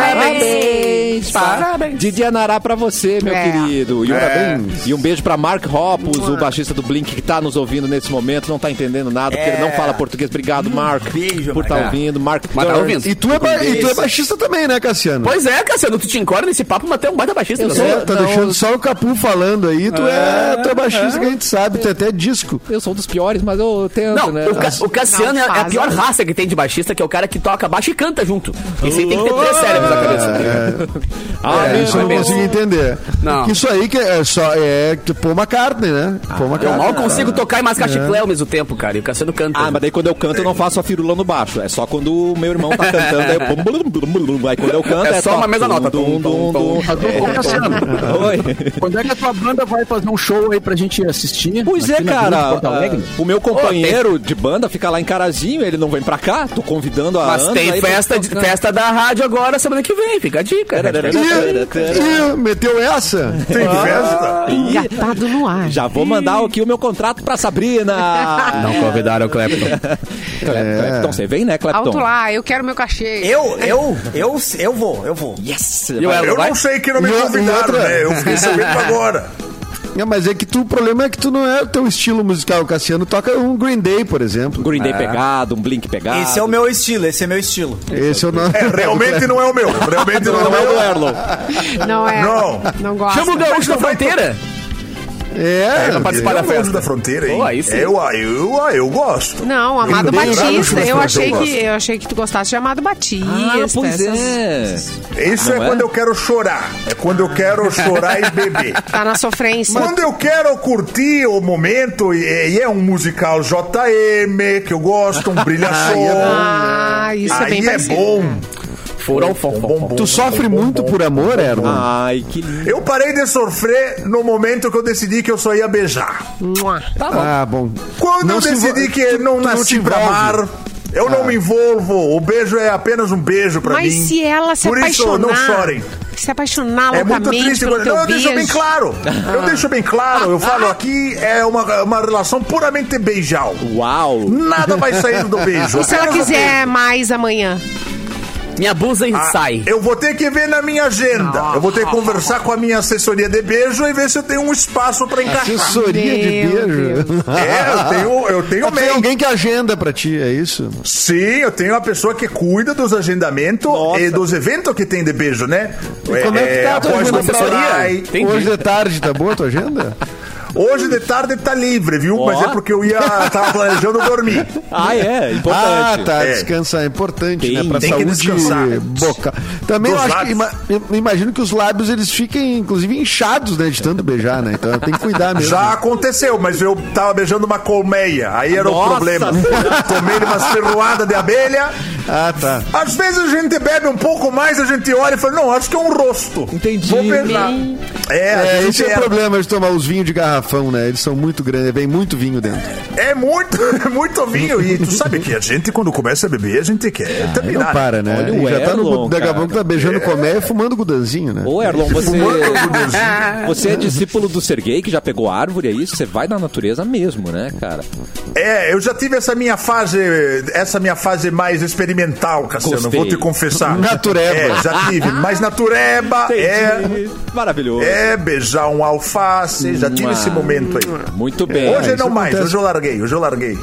Speaker 3: Parabéns!
Speaker 2: Parabéns.
Speaker 1: Didi Anará pra você, meu
Speaker 3: É.
Speaker 1: querido. E, um
Speaker 7: É.
Speaker 1: bem- e um beijo pra Mark Hoppus, o baixista do Blink, que tá nos ouvindo nesse momento, não tá entendendo nada, porque ele não fala português. Obrigado, Mark,
Speaker 7: beijo,
Speaker 1: por
Speaker 7: Mark.
Speaker 1: tá
Speaker 2: É.
Speaker 1: ouvindo. Mark
Speaker 2: Mas tá
Speaker 1: Burns.
Speaker 2: ouvindo.
Speaker 5: E tu, é ba- e tu é baixista também, né, Cassiano?
Speaker 2: Pois é, Cassiano, tu te encorda nesse papo, mas tu é um baita baixista. né?
Speaker 5: É, tá deixando só o Capu falando aí. Tu é, tu é baixista que a gente sabe, tu é até disco.
Speaker 1: Eu sou um dos piores, mas eu tento,
Speaker 2: Não,
Speaker 1: né?
Speaker 2: o, Ca- o Cassiano
Speaker 3: Não
Speaker 2: é, é a
Speaker 3: faz,
Speaker 2: pior
Speaker 3: né?
Speaker 2: raça que tem de baixista, que tá é o cara que toca baixo e canta junto. Isso aí tem que ter três cérebros na cabeça.
Speaker 1: Ah,
Speaker 5: É, isso eu não
Speaker 2: cabeça.
Speaker 5: consigo entender.
Speaker 2: Não.
Speaker 5: Isso aí que é só é que pôr uma carne, né? Pôr uma
Speaker 2: Eu
Speaker 5: carne.
Speaker 2: mal consigo tocar e mascar chiclé ao mesmo tempo, cara. E o Cassiano canta.
Speaker 1: Ah, mas daí quando eu canto eu não faço a firula no baixo. É só quando o meu irmão tá cantando. Aí, eu... blum, blum, blum, blum. Aí quando eu canto.
Speaker 2: É só uma mesma nota.
Speaker 1: Dum, dum, dum, dum.
Speaker 6: Ô, Cassiano,
Speaker 1: Oi.
Speaker 6: Quando é que a tua banda vai fazer um show aí pra gente assistir?
Speaker 1: Pois é,
Speaker 6: Aqui na Vila de
Speaker 1: cara.
Speaker 6: Porto Alegre?
Speaker 1: ah, O meu companheiro de banda fica lá em Carazinho, ele não vem pra cá. Tô convidando a
Speaker 2: Mas
Speaker 1: Ana
Speaker 2: tem
Speaker 1: aí pra-
Speaker 2: festa, de- festa da rádio agora, semana que vem. Fica a dica.
Speaker 5: Ih, ih, meteu essa?
Speaker 7: Tem festa?
Speaker 3: Engatado no ar.
Speaker 1: Já vou mandar aqui o meu contrato pra Sabrina.
Speaker 2: Não convidaram o Clepton.
Speaker 1: Clep-
Speaker 2: É.
Speaker 1: Clepton, você vem, né,
Speaker 3: Alto
Speaker 1: Clepton?
Speaker 3: lá, eu quero meu cachê.
Speaker 4: Eu, eu, eu, eu vou, eu vou.
Speaker 1: Yes!
Speaker 2: E o né? Elo,
Speaker 7: Eu
Speaker 2: vai?
Speaker 7: não sei que não me
Speaker 5: E outra-
Speaker 7: convidaram, né? Eu fiquei sabendo agora.
Speaker 5: É, mas é que tu, o problema é que tu não é o teu estilo musical. O Cassiano toca um Green Day, por exemplo.
Speaker 1: Green
Speaker 2: É.
Speaker 1: Day pegado, um Blink pegado.
Speaker 4: Esse é o meu estilo, esse é meu estilo.
Speaker 5: Esse eu não.
Speaker 7: É, realmente não é o meu. Realmente não é o
Speaker 1: Não é do
Speaker 7: meu.
Speaker 1: Erlon.
Speaker 3: Não é.
Speaker 7: Não.
Speaker 3: Não gosto.
Speaker 2: Chama o Gaúcho da Fronteira.
Speaker 5: É,
Speaker 2: pra participar
Speaker 7: Eu
Speaker 2: da
Speaker 7: gosto
Speaker 2: festa.
Speaker 7: da fronteira, hein?
Speaker 2: Pô, aí sim.
Speaker 7: eu, ah, eu, ah, eu gosto.
Speaker 3: Não, Amado
Speaker 7: Eu tenho nada no
Speaker 3: Batista.
Speaker 7: churrasco,
Speaker 3: Eu
Speaker 7: mas
Speaker 3: achei, que,
Speaker 7: gosto.
Speaker 3: eu achei que tu gostasse de Amado Batista. essas-
Speaker 1: Ah, é.
Speaker 7: Isso é,
Speaker 1: Não é?
Speaker 7: quando eu quero chorar. É quando eu quero chorar e beber.
Speaker 3: Tá na sofrência.
Speaker 7: Quando eu quero curtir o momento, e, e é um musical JM, que eu gosto, um brilha-som.
Speaker 3: Ah, isso é
Speaker 7: aí
Speaker 3: bem
Speaker 7: é
Speaker 3: parecido.
Speaker 7: bom.
Speaker 2: Foram
Speaker 7: Bom, bom, bom,
Speaker 5: Tu sofre
Speaker 7: bom, bom,
Speaker 5: muito
Speaker 7: bom.
Speaker 5: por amor,
Speaker 7: Ah,
Speaker 5: Erlon?
Speaker 1: Ai, que lindo.
Speaker 7: Eu parei de sofrer no momento que eu decidi que eu só ia beijar.
Speaker 3: Mua.
Speaker 5: Ah, bom.
Speaker 7: Quando
Speaker 5: Não
Speaker 7: eu
Speaker 5: se
Speaker 7: decidi
Speaker 5: envol-
Speaker 7: que
Speaker 5: tu- tá
Speaker 7: não
Speaker 5: tu não
Speaker 7: nasci
Speaker 5: te
Speaker 7: pra
Speaker 5: envolve.
Speaker 7: amar, eu
Speaker 5: Ah.
Speaker 7: não me envolvo. O beijo é apenas um beijo pra
Speaker 3: Mas
Speaker 7: mim.
Speaker 3: se ela se
Speaker 7: Por
Speaker 3: apaixonar.
Speaker 7: isso, não chorem.
Speaker 3: Se apaixonar
Speaker 7: É muito
Speaker 3: loucamente
Speaker 7: triste.
Speaker 3: pelo
Speaker 7: Quando...
Speaker 3: teu
Speaker 7: Não, eu deixo bem
Speaker 3: beijo. Ah.
Speaker 7: claro. Eu deixo bem claro. Eu falo, aqui é uma, uma relação puramente beijal.
Speaker 1: Uau.
Speaker 7: Nada vai sair do beijo.
Speaker 3: E se ela
Speaker 7: apenas o
Speaker 3: quiser
Speaker 7: beijo.
Speaker 3: mais amanhã?
Speaker 2: Me abusa e
Speaker 5: Tá
Speaker 7: Ah,
Speaker 2: sai.
Speaker 7: Eu vou ter que ver na minha agenda. Eu vou ter que conversar com a minha assessoria de beijo e ver se eu tenho um espaço pra encaixar.
Speaker 5: Assessoria de
Speaker 3: Meu
Speaker 5: beijo.
Speaker 7: É, eu tenho, eu tenho
Speaker 5: Tem
Speaker 7: meio.
Speaker 5: alguém que agenda pra ti, é isso?
Speaker 7: Sim, eu tenho uma pessoa que cuida dos agendamentos
Speaker 1: Nossa.
Speaker 7: e dos eventos que tem de beijo, né?
Speaker 5: como é que tá a tua
Speaker 7: após
Speaker 5: agenda,
Speaker 7: do Senai.
Speaker 2: assessoria? Entendi.
Speaker 5: Hoje de tarde, tá boa a tua agenda?
Speaker 7: Hoje de tarde tá livre, viu?
Speaker 1: Ó.
Speaker 7: Mas é porque eu ia tava planejando dormir.
Speaker 1: Ah, é. Importante.
Speaker 5: Ah, tá.
Speaker 7: É.
Speaker 5: Descansar é importante,
Speaker 1: Tem-
Speaker 5: né? Pra
Speaker 7: tem que
Speaker 5: saúde
Speaker 7: descansar.
Speaker 5: boca. Também eu
Speaker 7: Dos
Speaker 5: acho que, ima-
Speaker 7: lábios.
Speaker 5: eu imagino que os lábios eles fiquem, inclusive, inchados, né? De tanto beijar, né? Então tem que cuidar mesmo.
Speaker 7: Já aconteceu, mas eu tava beijando uma colmeia. Aí era
Speaker 1: Nossa.
Speaker 7: o problema. Tomei uma ferroada de abelha.
Speaker 5: Ah, tá.
Speaker 7: Às vezes a gente bebe um pouco mais, a gente olha e fala, não, acho que é um rosto.
Speaker 1: Entendi.
Speaker 7: Vou beijar. É, a
Speaker 5: É,
Speaker 7: gente
Speaker 5: esse é o
Speaker 7: erra.
Speaker 5: problema de tomar os vinhos de garrafão, né? Eles são muito grandes, vem muito vinho dentro.
Speaker 7: É muito, é muito vinho. E tu sabe que a gente, quando começa a beber, a gente quer
Speaker 5: Aí
Speaker 7: terminar.
Speaker 5: não para, né?
Speaker 1: Olha
Speaker 5: E
Speaker 1: o
Speaker 5: já tá
Speaker 1: Erlon,
Speaker 5: no daqui a
Speaker 1: cara. é-
Speaker 5: pouco tá beijando colmeia e fumando gudanzinho, né?
Speaker 1: Ô, Erlon, você,
Speaker 7: Gudanzinho.
Speaker 1: você é discípulo do Serguei, que já pegou árvore, é isso? Você vai na natureza mesmo, né, cara?
Speaker 7: É, eu já tive essa minha fase, essa minha fase mais experimental, Cassiano.
Speaker 1: Gostei.
Speaker 7: Vou te confessar.
Speaker 5: Natureba.
Speaker 7: É, já tive. Mas natureba é,
Speaker 1: Maravilhoso.
Speaker 7: é beijar um alface. Já tive
Speaker 1: Mua.
Speaker 7: esse momento aí.
Speaker 1: Muito bem.
Speaker 7: Hoje
Speaker 5: Hum. é,
Speaker 7: não
Speaker 5: isso
Speaker 7: mais,
Speaker 5: acontece.
Speaker 7: hoje eu larguei, hoje eu larguei.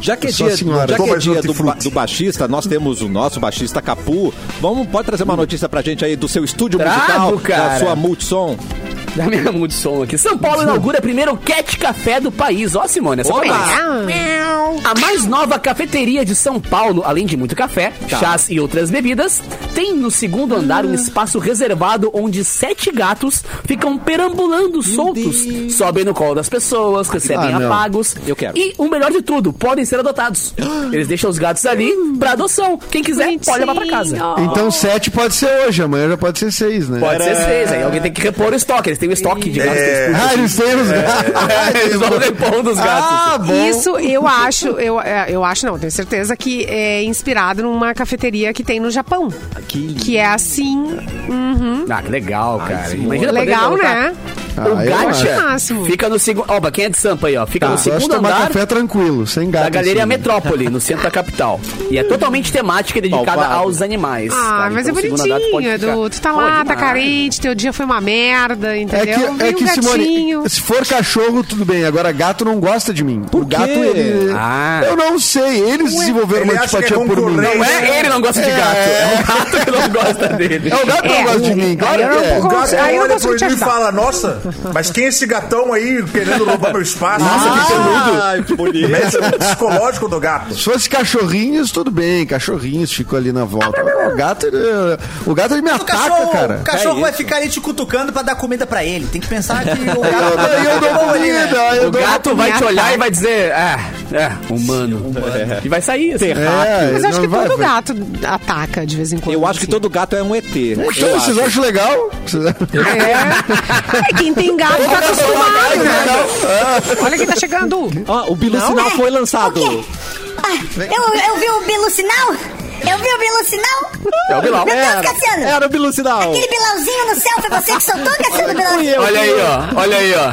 Speaker 1: Já que é
Speaker 5: Só
Speaker 1: dia,
Speaker 5: senhora.
Speaker 1: já que
Speaker 7: Toma
Speaker 1: é dia do,
Speaker 7: Hortifruti.
Speaker 1: ba- do baixista, nós temos o nosso baixista Capu. Vamos, pode trazer uma notícia pra gente aí do seu estúdio
Speaker 2: Trago,
Speaker 1: musical, da
Speaker 2: cara.
Speaker 1: sua multissom.
Speaker 2: Dá minha mão de som aqui. São Paulo inaugura primeiro cat café do país. Ó, Simone, essa é
Speaker 1: Opa!
Speaker 2: pra nós.
Speaker 3: Ah,
Speaker 2: A mais nova cafeteria de São Paulo, além de muito café,
Speaker 5: Tá.
Speaker 2: chás e outras bebidas, tem no segundo andar um espaço reservado onde sete gatos ficam perambulando soltos, sobem no colo das pessoas, recebem
Speaker 5: Ah, não.
Speaker 2: apagos.
Speaker 1: Eu quero.
Speaker 2: E o melhor de tudo, podem ser adotados. Eles deixam os gatos ali pra adoção. Quem quiser, pode levar pra casa.
Speaker 5: Então sete pode ser hoje, amanhã já pode ser seis, né?
Speaker 2: Pode ser seis, aí alguém tem que repor o estoque. Eles têm um estoque de gatos. que eles-
Speaker 5: Ah, eles têm os
Speaker 2: Eles vão repondo os gatos.
Speaker 5: Ah, bom.
Speaker 3: Isso eu acho, eu, é, eu acho não, tenho certeza que é inspirado numa cafeteria que tem no Japão.
Speaker 1: Ah, Que
Speaker 3: Que é assim,
Speaker 2: Ah, que legal, cara. Imagina poder
Speaker 3: legal,
Speaker 2: colocar-
Speaker 3: né?
Speaker 5: Ah,
Speaker 2: O
Speaker 5: eu
Speaker 2: Gacha
Speaker 5: acho.
Speaker 3: Máximo.
Speaker 2: fica no segundo. Ó, pra quem é de Sampa aí, ó. Fica no
Speaker 5: Tá, Eu gosto de
Speaker 2: segundo
Speaker 5: tomar
Speaker 2: andar
Speaker 5: café tranquilo, sem gato.
Speaker 2: da Galeria
Speaker 5: assim.
Speaker 2: Metrópole, no centro da capital. E
Speaker 5: Hum.
Speaker 2: é totalmente temática e dedicada
Speaker 1: Malvado.
Speaker 2: aos animais.
Speaker 3: Ah,
Speaker 2: cara.
Speaker 3: mas
Speaker 2: Então,
Speaker 3: é
Speaker 2: o segundo andar
Speaker 3: bonitinho,
Speaker 2: pode ficar-
Speaker 3: Edu. Tu tá
Speaker 2: Pô,
Speaker 3: lá, tá
Speaker 2: demais.
Speaker 3: carente, teu dia foi uma merda,
Speaker 5: É que,
Speaker 3: entendeu? Vem
Speaker 5: é que
Speaker 3: um gatinho.
Speaker 5: Simone, se for cachorro, tudo bem. Agora, gato não gosta de mim. o
Speaker 1: quê?
Speaker 5: gato, ele.
Speaker 2: Ah.
Speaker 5: Eu não sei. Eles desenvolveram
Speaker 7: Ele
Speaker 5: uma
Speaker 7: acha que é
Speaker 5: antipatia por mim.
Speaker 7: concorrente.
Speaker 2: Não é ele não gosta de
Speaker 5: É.
Speaker 2: gato, é o gato que não gosta dele.
Speaker 5: É o gato que não
Speaker 3: É,
Speaker 5: gosta de mim.
Speaker 3: aí
Speaker 5: Claro
Speaker 3: eu
Speaker 5: que
Speaker 3: não
Speaker 5: é.
Speaker 7: O
Speaker 3: consigo-
Speaker 7: gato
Speaker 3: assim? aí eu não
Speaker 7: olha
Speaker 3: consigo
Speaker 7: pra
Speaker 3: te
Speaker 7: mim e
Speaker 3: ajudar.
Speaker 7: fala, nossa, Mas quem é esse gatão aí querendo roubar meu espaço? Nossa,
Speaker 1: Ai, que bonito.
Speaker 7: o psicológico do gato.
Speaker 5: Se fosse cachorrinhos, tudo bem. Cachorrinhos ficou ali na volta. O gato, ele, o gato, ele me
Speaker 4: O
Speaker 5: ataca,
Speaker 4: cachorro,
Speaker 5: cara.
Speaker 4: o cachorro
Speaker 1: É
Speaker 4: vai
Speaker 1: isso.
Speaker 4: ficar ali te cutucando pra dar comida pra ele. Tem que pensar que o
Speaker 5: Eu,
Speaker 4: gato tá
Speaker 5: eu dou comida, eu
Speaker 2: O
Speaker 5: dou
Speaker 2: gato vai te olhar e vai dizer, ah, é, humano. E vai sair assim.
Speaker 5: É,
Speaker 3: Mas acho
Speaker 5: não
Speaker 3: que
Speaker 5: vai-
Speaker 3: todo
Speaker 5: vai-
Speaker 3: gato ataca de vez em quando.
Speaker 1: Eu acho que
Speaker 3: assim.
Speaker 1: todo gato é um ET.
Speaker 5: Então,
Speaker 1: Eu
Speaker 5: vocês
Speaker 1: acho.
Speaker 5: acham legal? Vocês acham
Speaker 3: É. É, quem tem gato tá acostumado, né?
Speaker 5: legal?
Speaker 3: Olha quem tá chegando.
Speaker 1: Ó, o Bilu Sinal foi lançado.
Speaker 8: O quê? Ah, eu, eu vi o Bilu Sinal? Eu vi o Bilu Sinal?
Speaker 2: É o Bilal.
Speaker 8: Meu
Speaker 1: Era,
Speaker 8: Deus, Cassiano!
Speaker 1: era o Bilu Sinal.
Speaker 8: Aquele Bilauzinho no céu, foi você que soltou, Cassiano
Speaker 1: Fui
Speaker 8: Bilauzinho?
Speaker 1: eu.
Speaker 2: Olha aí, ó. Olha aí, ó.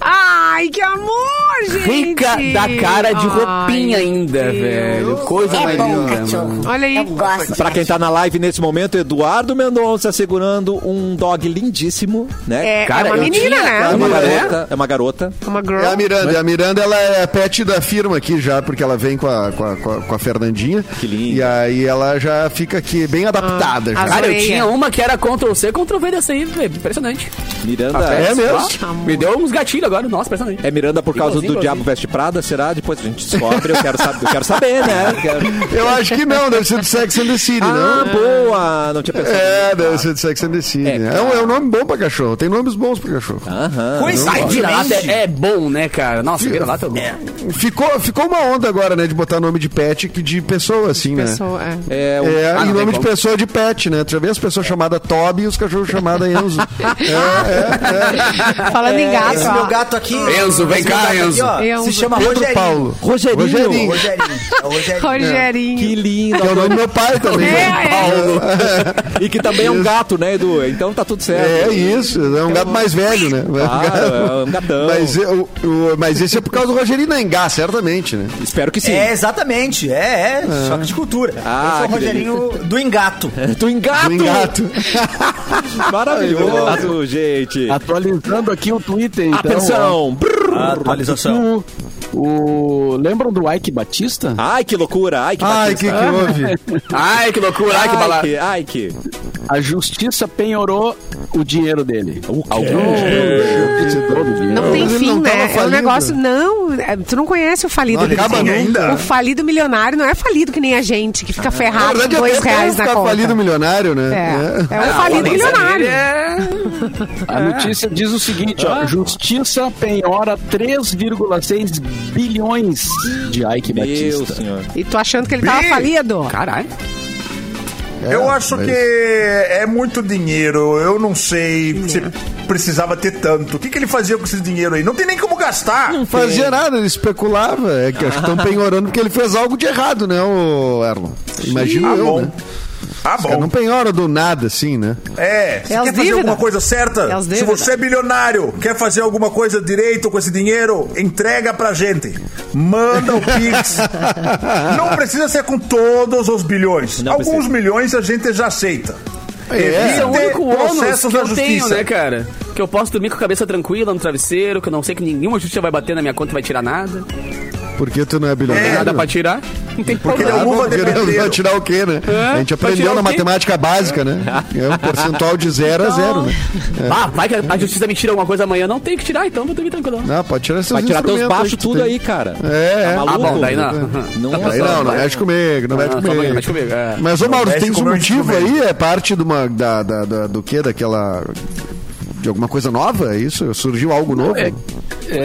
Speaker 3: Ai, que amor, gente.
Speaker 2: Rica da cara de roupinha
Speaker 3: Ai,
Speaker 2: ainda,
Speaker 3: Deus.
Speaker 2: velho. Coisa
Speaker 8: É
Speaker 2: mais
Speaker 8: bom,
Speaker 2: linda, mano.
Speaker 8: cachorro.
Speaker 3: Olha aí.
Speaker 8: Eu gosto.
Speaker 1: Pra quem tá na live nesse momento, Eduardo Mendonça segurando um dog lindíssimo, né?
Speaker 3: É,
Speaker 2: Cara,
Speaker 3: é uma
Speaker 2: eu
Speaker 3: menina,
Speaker 2: tinha-
Speaker 1: É
Speaker 3: né?
Speaker 1: uma
Speaker 5: É.
Speaker 1: garota, é uma garota.
Speaker 3: Uma
Speaker 5: É a
Speaker 3: girl.
Speaker 5: Miranda. A Miranda, ela é pet da firma aqui já, porque ela vem com a, com a, com a- com a Fernandinha.
Speaker 1: Que linda.
Speaker 5: E aí ela já fica aqui bem adaptada.
Speaker 3: Ah,
Speaker 5: já.
Speaker 2: Cara, eu
Speaker 3: Adorei, é.
Speaker 2: tinha uma que era Ctrl-C, Ctrl-V dessa aí, velho. assim, é Impressionante.
Speaker 1: Miranda.
Speaker 5: É mesmo?
Speaker 2: Me deu uns gatilhos agora. Nossa, impressionante.
Speaker 1: É Miranda por causa
Speaker 2: Igualzinho,
Speaker 1: do Diabo
Speaker 2: igualzinho.
Speaker 1: Veste Prada, será? Depois a gente descobre, eu quero, sab- eu quero saber, né? Eu quero-
Speaker 5: Eu acho que não, deve ser do Sex and the City,
Speaker 1: Ah,
Speaker 5: não?
Speaker 1: boa! Não tinha pensado.
Speaker 5: É,
Speaker 1: nisso.
Speaker 5: deve ser do Sex and the City.
Speaker 1: É,
Speaker 5: É,
Speaker 1: cara.
Speaker 5: um, é um nome bom pra cachorro. Tem nomes bons pra cachorro.
Speaker 1: Aham.
Speaker 2: Ai, vira-lata
Speaker 4: coincidentemente.
Speaker 2: é, é bom, né, cara? Nossa, vira-lata é bom.
Speaker 5: Ficou, ficou uma onda agora, né, de botar nome de pet que de pessoa, assim, né?
Speaker 3: Pessoa, é.
Speaker 1: É, o-
Speaker 5: É,
Speaker 2: Ah,
Speaker 5: e
Speaker 2: não
Speaker 5: nome
Speaker 2: tem
Speaker 5: de
Speaker 2: como.
Speaker 5: pessoa de pet, né? Tu já vê as pessoas chamadas Toby e os cachorros chamados Enzo.
Speaker 3: Falando em gato,
Speaker 4: Esse é meu
Speaker 3: ó.
Speaker 4: gato aqui.
Speaker 2: Enzo, vem
Speaker 4: esse
Speaker 2: cá,
Speaker 4: meu gato
Speaker 2: Enzo.
Speaker 4: ó,
Speaker 3: Enzo.
Speaker 4: Se chama
Speaker 5: Pedro
Speaker 4: Rogerinho.
Speaker 5: Paulo.
Speaker 1: Rogerinho.
Speaker 4: Rogerinho. É o Rogerinho.
Speaker 3: Rogerinho.
Speaker 1: Que lindo.
Speaker 5: Que é o nome do meu pai também.
Speaker 3: É,
Speaker 5: né?
Speaker 3: é.
Speaker 5: Paulo.
Speaker 1: E que também é um gato, né, Edu? Então tá tudo certo.
Speaker 5: É isso, é um gato mais velho, né?
Speaker 1: Claro, é um gatão.
Speaker 5: Mas, eu- o- mas esse é por causa do Rogerinho Nangá, certamente, né?
Speaker 1: Espero que sim.
Speaker 4: É, exatamente. É, é. Choque de cultura.
Speaker 1: Ah,
Speaker 4: eu sou o
Speaker 1: que
Speaker 4: Rogerinho do Engato.
Speaker 1: Tu engato!
Speaker 3: Ah,
Speaker 5: Do engato.
Speaker 1: Maravilhoso, gente.
Speaker 6: Atualizando aqui o Twitter, então.
Speaker 1: Atenção! Brrr.
Speaker 6: ó.
Speaker 4: Atualização.
Speaker 6: O, o- lembram do Ike Batista?
Speaker 1: Ai, que loucura! Ai, que
Speaker 5: Ai, que
Speaker 1: batista.
Speaker 5: que houve?
Speaker 2: Ai, que loucura. Ai, que balada.
Speaker 1: Ai, que...
Speaker 6: A justiça penhorou o dinheiro dele.
Speaker 1: O quê?
Speaker 3: Não tem
Speaker 5: Mas ele
Speaker 3: fim,
Speaker 5: não tava
Speaker 3: né? É um
Speaker 5: falido.
Speaker 3: negócio. Não, é, tu não conhece o falido
Speaker 5: Não acaba
Speaker 3: deles, né?
Speaker 5: nunca.
Speaker 3: O falido milionário não é falido que nem a gente, que fica
Speaker 5: Na
Speaker 3: ferrado
Speaker 5: verdade,
Speaker 3: com dois
Speaker 5: até
Speaker 3: reais
Speaker 5: deve
Speaker 3: na
Speaker 5: ficar
Speaker 3: conta.
Speaker 5: falido milionário,
Speaker 3: É,
Speaker 5: né?
Speaker 3: é um falido milionário.
Speaker 5: é
Speaker 6: A notícia diz o seguinte,
Speaker 2: Ah.
Speaker 6: ó. Justiça penhora 3,6 bilhões de Ike
Speaker 1: Meu
Speaker 6: Batista.
Speaker 1: senhor.
Speaker 3: E tu achando que ele tava
Speaker 7: Ih!
Speaker 3: falido?
Speaker 2: Caralho.
Speaker 5: É,
Speaker 7: Eu acho
Speaker 5: mas-
Speaker 7: que é muito dinheiro. Eu não sei se
Speaker 3: é.
Speaker 7: precisava ter tanto. O que, que ele fazia com esse dinheiro aí? Não tem nem como gastar.
Speaker 5: Não fazia nada, ele especulava. É que acho que estão penhorando porque ele fez algo de errado, né, o Erlon? Imagino
Speaker 7: Ah,
Speaker 5: eu,
Speaker 7: bom.
Speaker 5: né?
Speaker 7: Ah,
Speaker 5: Cara, não
Speaker 7: bom.
Speaker 5: penhora do nada, assim, né?
Speaker 7: É. Se
Speaker 3: É as
Speaker 7: quer fazer
Speaker 3: dívidas.
Speaker 7: alguma coisa
Speaker 3: É
Speaker 7: certa,
Speaker 3: as
Speaker 7: se
Speaker 3: dívidas.
Speaker 7: você é bilionário, quer fazer alguma coisa direito com esse dinheiro, entrega pra gente. Manda o Pix. não precisa ser com todos os bilhões.
Speaker 1: Não
Speaker 7: Alguns
Speaker 1: precisa.
Speaker 7: milhões a gente já aceita.
Speaker 5: É.
Speaker 2: Esse é o
Speaker 7: Evite
Speaker 2: único ônus
Speaker 7: processos
Speaker 2: que
Speaker 7: na
Speaker 2: eu tenho,
Speaker 7: justiça.
Speaker 2: né, cara? Que eu posso dormir com a cabeça tranquila no travesseiro, que eu não sei que nenhuma justiça vai bater na minha conta e vai tirar nada. Não
Speaker 5: Porque tu não é
Speaker 2: tem
Speaker 5: bilionário.
Speaker 2: nada pra tirar. Não tem
Speaker 7: Porque ele é
Speaker 5: Ah,
Speaker 7: um
Speaker 5: bom,
Speaker 7: uva
Speaker 5: porque
Speaker 7: dependeiro.
Speaker 5: vai tirar o quê, né? A gente
Speaker 2: vai tirar
Speaker 5: aprendeu
Speaker 2: o quê?
Speaker 5: na matemática básica, né? É um percentual de zero a zero, né?
Speaker 2: Ah, vai que a justiça me tira alguma coisa amanhã. Não tem que tirar, então vou dormir tranquilo.
Speaker 5: Não, pode tirar esses
Speaker 1: Vai tirar teus
Speaker 5: instrumentos
Speaker 1: baixos
Speaker 5: que tu
Speaker 1: tudo
Speaker 5: tem.
Speaker 1: aí, cara.
Speaker 5: É, é.
Speaker 1: Tá
Speaker 2: Ah,
Speaker 1: maluco?
Speaker 2: bom, daí não.
Speaker 1: Nossa,
Speaker 5: Aí não, não
Speaker 1: vai.
Speaker 5: mexe comigo, não mexe
Speaker 2: Ah, só
Speaker 5: comigo.
Speaker 2: vai, mexe comigo, é.
Speaker 5: Mas, ô Mauro,
Speaker 7: mexe
Speaker 5: tem
Speaker 7: com
Speaker 5: um
Speaker 7: meu
Speaker 5: motivo
Speaker 7: instrumento.
Speaker 5: aí? É parte de uma. Da, da, da- do quê? Daquela. De alguma coisa nova? É isso? Surgiu algo novo?
Speaker 6: É,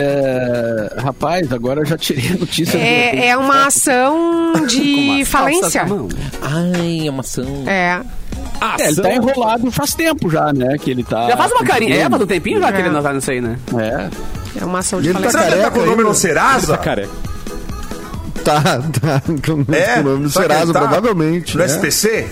Speaker 6: é, rapaz, agora eu já tirei a notícia. do-
Speaker 3: É, é uma ação de falência.
Speaker 2: tá
Speaker 1: Ai, é uma ação.
Speaker 3: É.
Speaker 6: É, ele tá enrolado faz tempo já, né? Que ele tá.
Speaker 2: Já faz uma carinha. É, faz um tempinho já
Speaker 3: É.
Speaker 2: que ele não tá nisso aí, né?
Speaker 6: É.
Speaker 3: É uma ação de
Speaker 5: Ele tá
Speaker 3: falência.
Speaker 7: Será que ele tá com
Speaker 5: Careca
Speaker 7: o nome
Speaker 5: ainda.
Speaker 7: no Serasa?
Speaker 1: Careca.
Speaker 5: Tá, tá. Com
Speaker 7: É,
Speaker 5: o nome do
Speaker 7: será que
Speaker 5: Serasa,
Speaker 7: ele tá
Speaker 5: provavelmente.
Speaker 7: No
Speaker 5: né?
Speaker 7: SPC?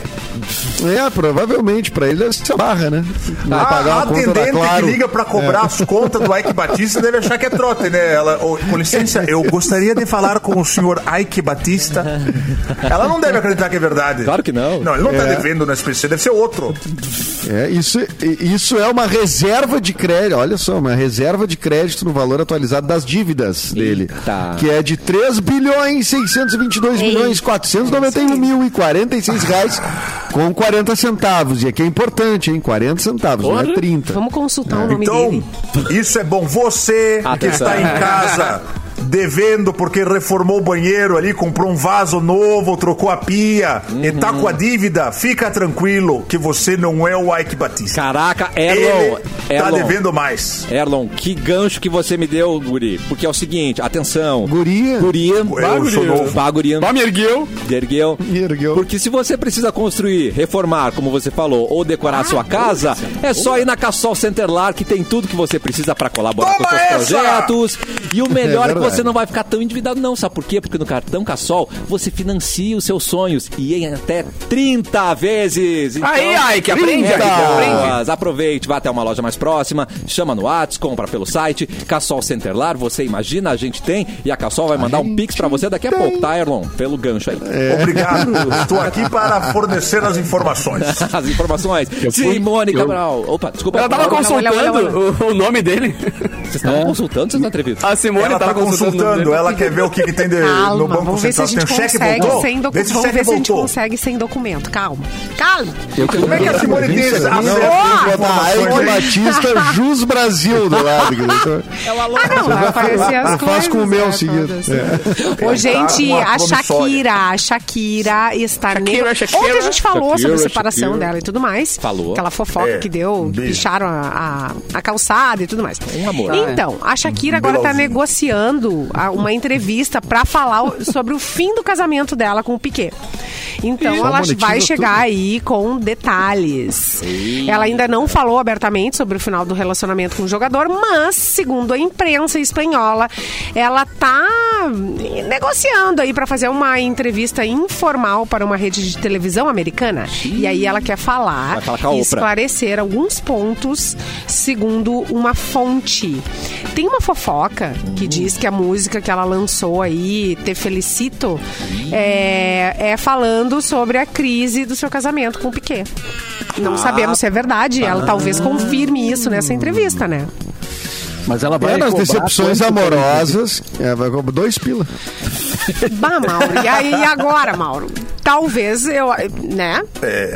Speaker 5: É, provavelmente. Pra ele é essa barra, né? Vai pagar
Speaker 7: A, a
Speaker 5: uma conta da
Speaker 7: Ah, atendente
Speaker 5: Claro. É.
Speaker 7: que liga pra cobrar as contas do Ike Batista deve achar que é trote, né? Ela, "Ô, com licença, eu gostaria de falar com o senhor Ike Batista. Ela não deve acreditar que é verdade.
Speaker 1: Claro que não.
Speaker 7: Não, ele não tá
Speaker 5: É.
Speaker 7: devendo no SPC, deve ser outro.
Speaker 5: É, isso, isso é uma reserva de crédito, olha só, uma reserva de crédito no valor atualizado das dívidas dele,
Speaker 1: Eita.
Speaker 5: que é de 3 bilhões tem 622 milhões 491 mil e 46 reais com 40 centavos. E aqui é importante, hein? 40 centavos, não é 30.
Speaker 3: Vamos consultar o nome
Speaker 7: Então,
Speaker 3: dele.
Speaker 7: isso é bom. Você
Speaker 5: Ah, tá.
Speaker 7: que
Speaker 1: Atenção.
Speaker 7: está em casa devendo porque reformou o banheiro ali, comprou um vaso novo, trocou a pia e tá com a
Speaker 5: Uhum.
Speaker 7: dívida, fica tranquilo que você não é o Ike Batista.
Speaker 1: Caraca,
Speaker 5: é
Speaker 7: Ele
Speaker 1: Erlon.
Speaker 7: tá
Speaker 1: Erlon.
Speaker 7: devendo mais.
Speaker 1: Erlon, que gancho que você me deu, Guri. Porque é o seguinte, atenção.
Speaker 5: Guria?
Speaker 1: Guria.
Speaker 7: Eu sou novo.
Speaker 1: Baguria.
Speaker 2: Bah, me ergueu.
Speaker 1: Ergueu.
Speaker 5: Ergueu.
Speaker 1: Porque se você precisa construir, reformar, como você falou, ou decorar a sua casa, é só ir na Cassol Centerlar, que tem tudo que você precisa para colaborar
Speaker 7: Toma
Speaker 1: com seus
Speaker 7: essa!
Speaker 1: projetos. E o melhor é, que
Speaker 5: verdade.
Speaker 1: você não vai ficar tão endividado não, sabe por quê? Porque no cartão Cassol, você financia os seus sonhos e em até 30 vezes. Então,
Speaker 2: Aí, ai, que aprende, ai, que aprende.
Speaker 1: mas aproveite, vá até uma loja mais próxima, chama no Whats, compra pelo site, Cassol Centerlar, você imagina, a gente tem, e a É. Cassol vai mandar um pix pra você daqui a pouco, tá, Erlon? Pelo gancho aí.
Speaker 7: Obrigado. Estou aqui para fornecer as informações.
Speaker 1: As informações. Simone Cabral. Opa, desculpa.
Speaker 2: Ela tava
Speaker 1: Cabral,
Speaker 2: consultando
Speaker 3: olha, olha,
Speaker 2: O, o nome dele.
Speaker 1: Vocês estavam consultando, vocês não atrevidos.
Speaker 2: A Simone
Speaker 7: Ela tá
Speaker 2: tava consultando. o nome
Speaker 7: consultando,
Speaker 2: dele.
Speaker 7: ela quer ver o que, que tem de-
Speaker 3: Calma,
Speaker 7: eh, no Banco
Speaker 3: vamos ver se a
Speaker 7: Central. Tem
Speaker 3: gente
Speaker 7: o cheque
Speaker 3: consegue
Speaker 7: voltou?
Speaker 3: sem
Speaker 7: Vê se
Speaker 3: documento. Vamos
Speaker 7: o cheque
Speaker 3: ver se a gente
Speaker 7: voltou.
Speaker 3: consegue sem documento. Calma. Calma.
Speaker 7: Como é que a Simone tem acesso a
Speaker 5: Não,
Speaker 7: essas
Speaker 5: vou botar Ike
Speaker 7: informações?
Speaker 5: Batista Jus Brasil do lado. Então, que eu
Speaker 3: Ah, não, vai aparecer as
Speaker 5: Eu
Speaker 3: coisas.
Speaker 5: faço com o meu
Speaker 3: né,
Speaker 5: seguido.
Speaker 3: todas.
Speaker 5: É.
Speaker 3: Ô, gente,
Speaker 7: uma
Speaker 3: a
Speaker 7: promissória.
Speaker 3: Shakira, a Shakira está
Speaker 2: Shakira,
Speaker 3: ne-
Speaker 2: Shakira.
Speaker 3: Ontem a gente falou
Speaker 1: Shakira,
Speaker 3: sobre a separação
Speaker 1: Shakira.
Speaker 3: dela e tudo mais.
Speaker 1: Falou.
Speaker 3: Aquela fofoca
Speaker 7: É,
Speaker 3: que deu, que
Speaker 7: beijo.
Speaker 3: picharam a, a, a calçada e tudo mais.
Speaker 1: Um amor.
Speaker 3: Então, a Shakira agora está
Speaker 7: Belauzinho.
Speaker 3: negociando a- uma entrevista para falar o- sobre o fim do casamento dela com o Piquet. Então,
Speaker 5: Só um
Speaker 3: ela
Speaker 5: monetiza
Speaker 3: vai
Speaker 5: tudo.
Speaker 3: chegar aí com detalhes. Ela ainda não falou abertamente sobre o final do relacionamento com o jogador, mas, segundo a imprensa espanhola, ela tá negociando aí para fazer uma entrevista informal para uma rede de televisão americana. E aí ela quer falar
Speaker 1: Vai falar com a
Speaker 3: e
Speaker 1: Oprah.
Speaker 3: esclarecer alguns pontos, segundo uma fonte. Tem uma fofoca
Speaker 7: Hum.
Speaker 3: que diz que a música que ela lançou aí, Te Felicito,
Speaker 7: Hum.
Speaker 3: é, é falando sobre a crise do seu casamento com o Piquet. Não
Speaker 7: Ah.
Speaker 3: sabemos se é verdade. Ela talvez confirme isso nessa entrevista, né?
Speaker 6: Mas ela vai.
Speaker 5: É, nas
Speaker 6: cobrar
Speaker 5: decepções
Speaker 6: quanto-
Speaker 5: amorosas. É, vai com dois pila.
Speaker 3: Bah, Mauro. E aí e agora, Mauro? Talvez eu, né?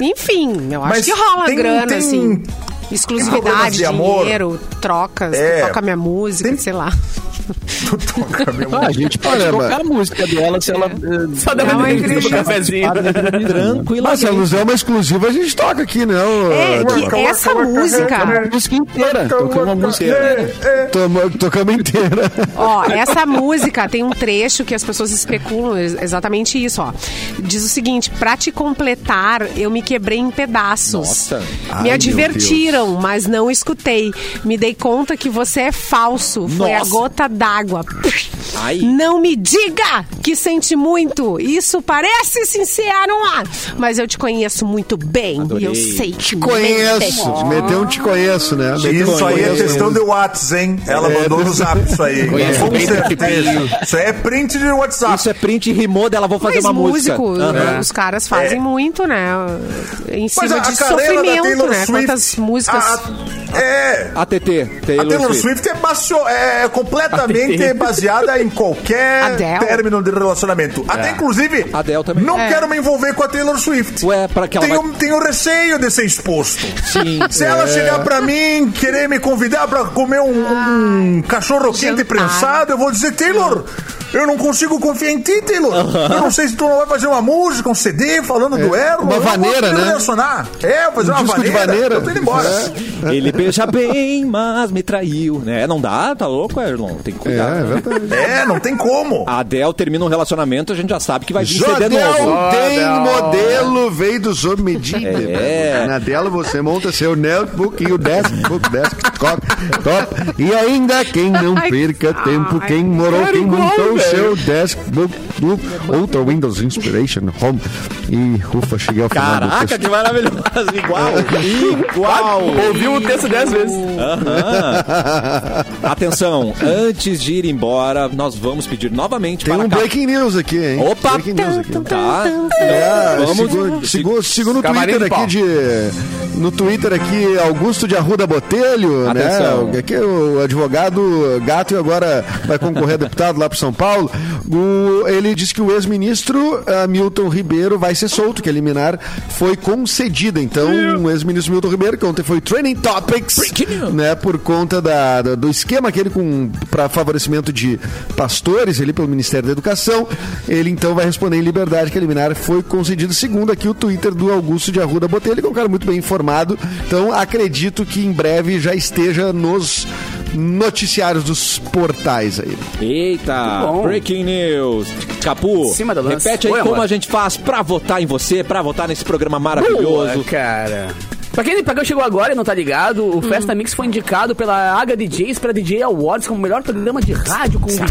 Speaker 3: Enfim, eu acho
Speaker 7: É. Mas
Speaker 3: que rola
Speaker 7: tem-
Speaker 3: grana,
Speaker 7: tem-
Speaker 3: assim.
Speaker 7: problemas
Speaker 3: Exclusividade,
Speaker 7: de amor.
Speaker 3: dinheiro, trocas,
Speaker 7: É.
Speaker 3: tu toca minha música,
Speaker 7: Tem-
Speaker 3: sei lá.
Speaker 7: Tu toca, meu
Speaker 6: Ah, a
Speaker 7: amor.
Speaker 6: gente pode
Speaker 5: Olha,
Speaker 6: tocar a música dela
Speaker 3: É.
Speaker 6: se ela. eh, né,
Speaker 2: Só deu
Speaker 3: Não,
Speaker 2: uma
Speaker 3: é
Speaker 2: entrevista pro
Speaker 3: incrível.
Speaker 2: cafezinho.
Speaker 5: Mas se a luz é uma exclusiva, a gente toca aqui, né? O-
Speaker 3: É, que
Speaker 5: Tocamos-
Speaker 3: essa música,
Speaker 6: música inteira. Tocou uma música
Speaker 5: tomo- Tocamos inteira.
Speaker 3: ó, essa música tem um trecho que as pessoas especulam ex- exatamente isso, ó. Diz o seguinte: pra te completar, eu me quebrei em pedaços.
Speaker 1: Nossa.
Speaker 3: Me advertiram, mas não escutei. Me dei conta que você é falso. Foi a
Speaker 1: Nossa.
Speaker 3: gota d'água.
Speaker 1: Ai.
Speaker 3: Não me diga que sente muito. Isso parece sincero, ah, mas eu te conheço muito bem. E eu sei que
Speaker 5: Conheço. Meteu um te conheço, né? Meteu um
Speaker 7: Isso aí é
Speaker 5: conheço,
Speaker 7: questão
Speaker 5: né?
Speaker 7: de Whats, hein? Ela
Speaker 6: É,
Speaker 7: mandou no zap isso aí.
Speaker 2: Conheço
Speaker 7: Com
Speaker 2: bem
Speaker 7: certeza.
Speaker 2: Pepinho.
Speaker 7: Isso aí é print de
Speaker 2: tá.
Speaker 7: WhatsApp.
Speaker 1: Isso é print e rimou dela, vou fazer
Speaker 3: Mas
Speaker 1: uma música.
Speaker 3: músico,
Speaker 2: né?
Speaker 1: Aham.
Speaker 3: os caras fazem muito, né? Em cima de
Speaker 7: carreira
Speaker 3: sofrimento, né? Quantas músicas.
Speaker 7: a- a- é.
Speaker 1: ATT.
Speaker 7: A
Speaker 1: Taylor,
Speaker 7: Taylor
Speaker 1: Swift.
Speaker 7: Swift é, basio- é completamente baseada em qualquer
Speaker 3: Adele.
Speaker 7: término de relacionamento. Até, inclusive,
Speaker 1: É. Adele também.
Speaker 7: não
Speaker 1: É.
Speaker 7: quero me envolver com a Taylor Swift.
Speaker 1: Ué, pra que ela
Speaker 7: tenho,
Speaker 1: vai-
Speaker 7: tenho receio de ser exposto.
Speaker 1: Sim. é.
Speaker 7: Se ela chegar pra mim, querer me convidar pra comer um, um cachorro quente
Speaker 3: jantar.
Speaker 7: prensado, eu vou dizer, Taylor, eu não consigo confiar em ti, Taylor. Eu não sei se tu não vai fazer uma música, um CD falando
Speaker 1: É.
Speaker 7: do Erro.
Speaker 5: uma
Speaker 7: eu não vou
Speaker 5: vaneira,
Speaker 7: me
Speaker 5: né?
Speaker 7: relacionar. É, fazer
Speaker 5: Um
Speaker 7: uma
Speaker 5: disco de
Speaker 7: vaneira.
Speaker 5: vaneira.
Speaker 7: Eu tô indo embora.
Speaker 1: É.
Speaker 2: né?
Speaker 1: Ele beija bem, mas me traiu, né? Não dá, tá louco, Erlon? Tem que
Speaker 5: É,
Speaker 1: cuidar.
Speaker 5: é verdade.
Speaker 7: É, não tem como.
Speaker 1: A Adele termina um relacionamento, a gente já um sabe que vai vir CD novo.
Speaker 5: Jodel tem modelo, veio do sob medida.
Speaker 1: É.
Speaker 5: Na dela você monta seu notebook e o deskbook, desktop, top. E ainda quem não
Speaker 3: Ai,
Speaker 5: perca
Speaker 3: ai.
Speaker 5: tempo, quem morou, quem montou o seu deskbook, outro Windows Inspiration Home. E ufa, cheguei ao final do
Speaker 1: Caraca,
Speaker 5: texto.
Speaker 1: que maravilhoso. Igual. Igual.
Speaker 7: é.
Speaker 2: Ouviu o texto dez vezes.
Speaker 1: Atenção, antes de ir embora, nós vamos pedir novamente
Speaker 5: Tem
Speaker 1: para
Speaker 5: um
Speaker 1: cá.
Speaker 5: breaking news aqui, hein?
Speaker 1: Opa!
Speaker 5: Breaking news aqui.
Speaker 1: Tá.
Speaker 5: É,
Speaker 1: Vamos-
Speaker 5: segundo, segundo, segundo o
Speaker 2: Cavalinho
Speaker 5: Twitter
Speaker 2: de pau.
Speaker 5: aqui de, No Twitter aqui, Augusto de Arruda Botelho,
Speaker 1: Atenção.
Speaker 5: né? Aqui é o advogado gato e agora vai concorrer a deputado lá para São Paulo. O- ele disse que o ex-ministro ah, Milton Ribeiro vai ser solto, que a liminar foi concedida. Então, o ex-ministro Milton Ribeiro, que ontem foi Training Topics, né? Por conta da, da- do esquema aquele com para favorecimento de pastores ali pelo Ministério da Educação, ele então vai responder em liberdade que a liminar foi concedida, segundo aqui o Twitter do Augusto de Arruda Botelho, que é um cara muito bem informado. Então, acredito que em breve já esteja nos noticiários dos portais aí.
Speaker 1: Eita,
Speaker 2: Muito bom.
Speaker 1: breaking news. Capu,
Speaker 2: Em cima da lança.
Speaker 1: repete aí
Speaker 2: Oi,
Speaker 1: como
Speaker 2: amor.
Speaker 1: a gente faz pra votar em você, pra votar nesse programa maravilhoso.
Speaker 2: Boa, cara. Pra quem, pra quem chegou agora e não tá ligado, o Festa Mix foi indicado pela Aga DJs pra DJ Awards como melhor programa de rádio com DJ.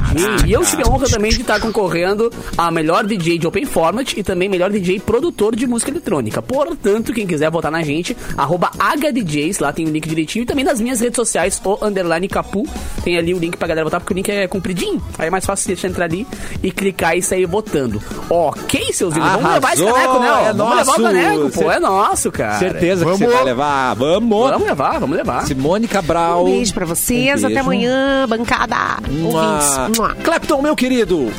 Speaker 2: E eu tive a honra também de estar concorrendo a melhor DJ de Open Format e também melhor DJ produtor de música eletrônica. Portanto, quem quiser votar na gente, arroba HDJs, lá tem o link direitinho. E também nas minhas redes sociais, o underline Capu, tem ali o link pra galera votar, porque o link é compridinho. Aí é mais fácil você entrar ali e clicar e sair votando. Ok, seus lindos, vamos levar esse
Speaker 1: Arrasou,
Speaker 2: caneco, né? ó?
Speaker 1: é
Speaker 2: vamos levar
Speaker 1: nosso.
Speaker 2: o caneco, pô,
Speaker 1: Cer-
Speaker 2: é nosso, cara.
Speaker 1: Certeza que você
Speaker 5: Vamos.
Speaker 1: vai levar. Vamos!
Speaker 2: Vamos levar, vamos levar.
Speaker 1: Simone Cabral.
Speaker 3: Um beijo pra vocês.
Speaker 1: Um beijo.
Speaker 3: Até amanhã, bancada. Ouvintes.
Speaker 1: Mua.
Speaker 3: Mua.
Speaker 1: Clapton, meu querido.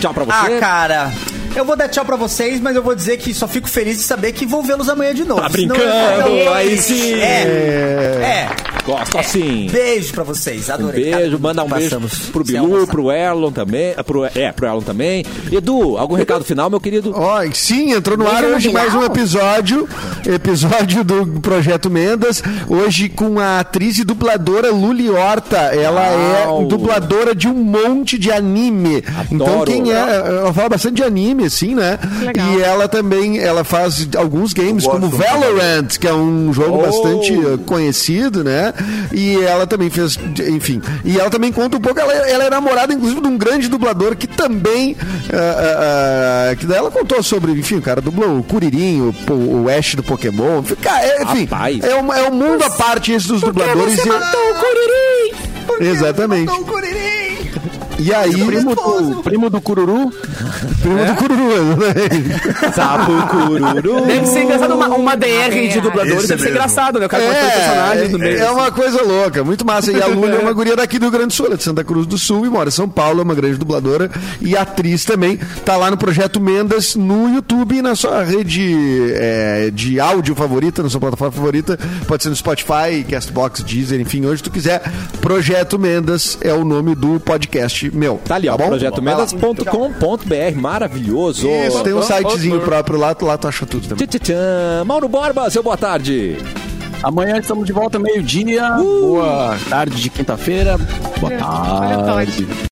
Speaker 1: Tchau pra
Speaker 4: Ah,
Speaker 1: você.
Speaker 4: cara. Eu vou dar tchau pra vocês, mas eu vou dizer que só fico feliz de saber que vou vê-los amanhã de novo.
Speaker 1: Tá
Speaker 4: Senão-
Speaker 1: brincando, aí sim.
Speaker 4: É.
Speaker 1: Gosto assim.
Speaker 4: é. Beijo pra vocês, adorei.
Speaker 1: Beijo,
Speaker 4: cara.
Speaker 1: manda um
Speaker 4: Passamos.
Speaker 1: beijo pro
Speaker 4: Sem
Speaker 1: Bilu,
Speaker 4: almoçar.
Speaker 1: pro Erlon também. ah, Pro, é, pro Erlon também. Edu, algum recado final, meu querido?
Speaker 5: Ó, sim, entrou no ar
Speaker 3: Beijo no
Speaker 5: hoje mais um
Speaker 3: final.
Speaker 5: episódio, episódio do Projeto Mendas, hoje com a atriz e dubladora Luli Horta. Ela
Speaker 1: Uau.
Speaker 5: é dubladora de um monte de anime. Então quem é, ela fala bastante de anime assim, né?
Speaker 3: Legal.
Speaker 5: E ela também, ela faz alguns games como Valorant, que é um jogo bastante eh, conhecido, né? E ela também fez, enfim, e ela também conta um pouco, ela, ela é namorada inclusive de um grande dublador que também ah, ah, ah, que daí ela contou sobre, enfim, o cara dublou o Curirinho, o Po- o Ash do Pokémon, enfim, cara, é, enfim,
Speaker 1: Rapaz.
Speaker 5: é um, é um mundo à parte esse dos dubladores e- Exatamente. E aí, primo do, primo do Cururu? Primo do Cururu, né?
Speaker 1: Sapo cururu.
Speaker 2: Deve ser engraçado uma, uma
Speaker 1: Ah,
Speaker 2: DR de dubladores,
Speaker 7: Esse
Speaker 2: deve ser
Speaker 7: mesmo.
Speaker 2: engraçado, né? O cara é, o personagem no
Speaker 5: É,
Speaker 2: meio. assim.
Speaker 5: é uma coisa louca, muito massa. E a Lula é uma guria daqui do Rio Grande do Sul, ela é de Santa Cruz do Sul e mora em São Paulo, é uma grande dubladora e atriz também. Tá lá no Projeto Mendas no YouTube e na sua rede é, de áudio favorita, na sua plataforma favorita. Pode ser no Spotify, Castbox, Deezer, enfim, onde tu quiser. Projeto Mendas é o nome do podcast meu.
Speaker 1: Tá ali, ó,
Speaker 5: bom? Vai lá.
Speaker 1: projetomendas.com.br, maravilhoso.
Speaker 5: Isso, tem um sitezinho próprio lá, lá tu acha tudo também.
Speaker 1: Tchitchitchan. Mauro Borba, seu boa tarde.
Speaker 6: Amanhã estamos de volta meio-dia. Boa tarde de quinta-feira. Boa
Speaker 3: Uh! Olha, olha,
Speaker 6: tarde.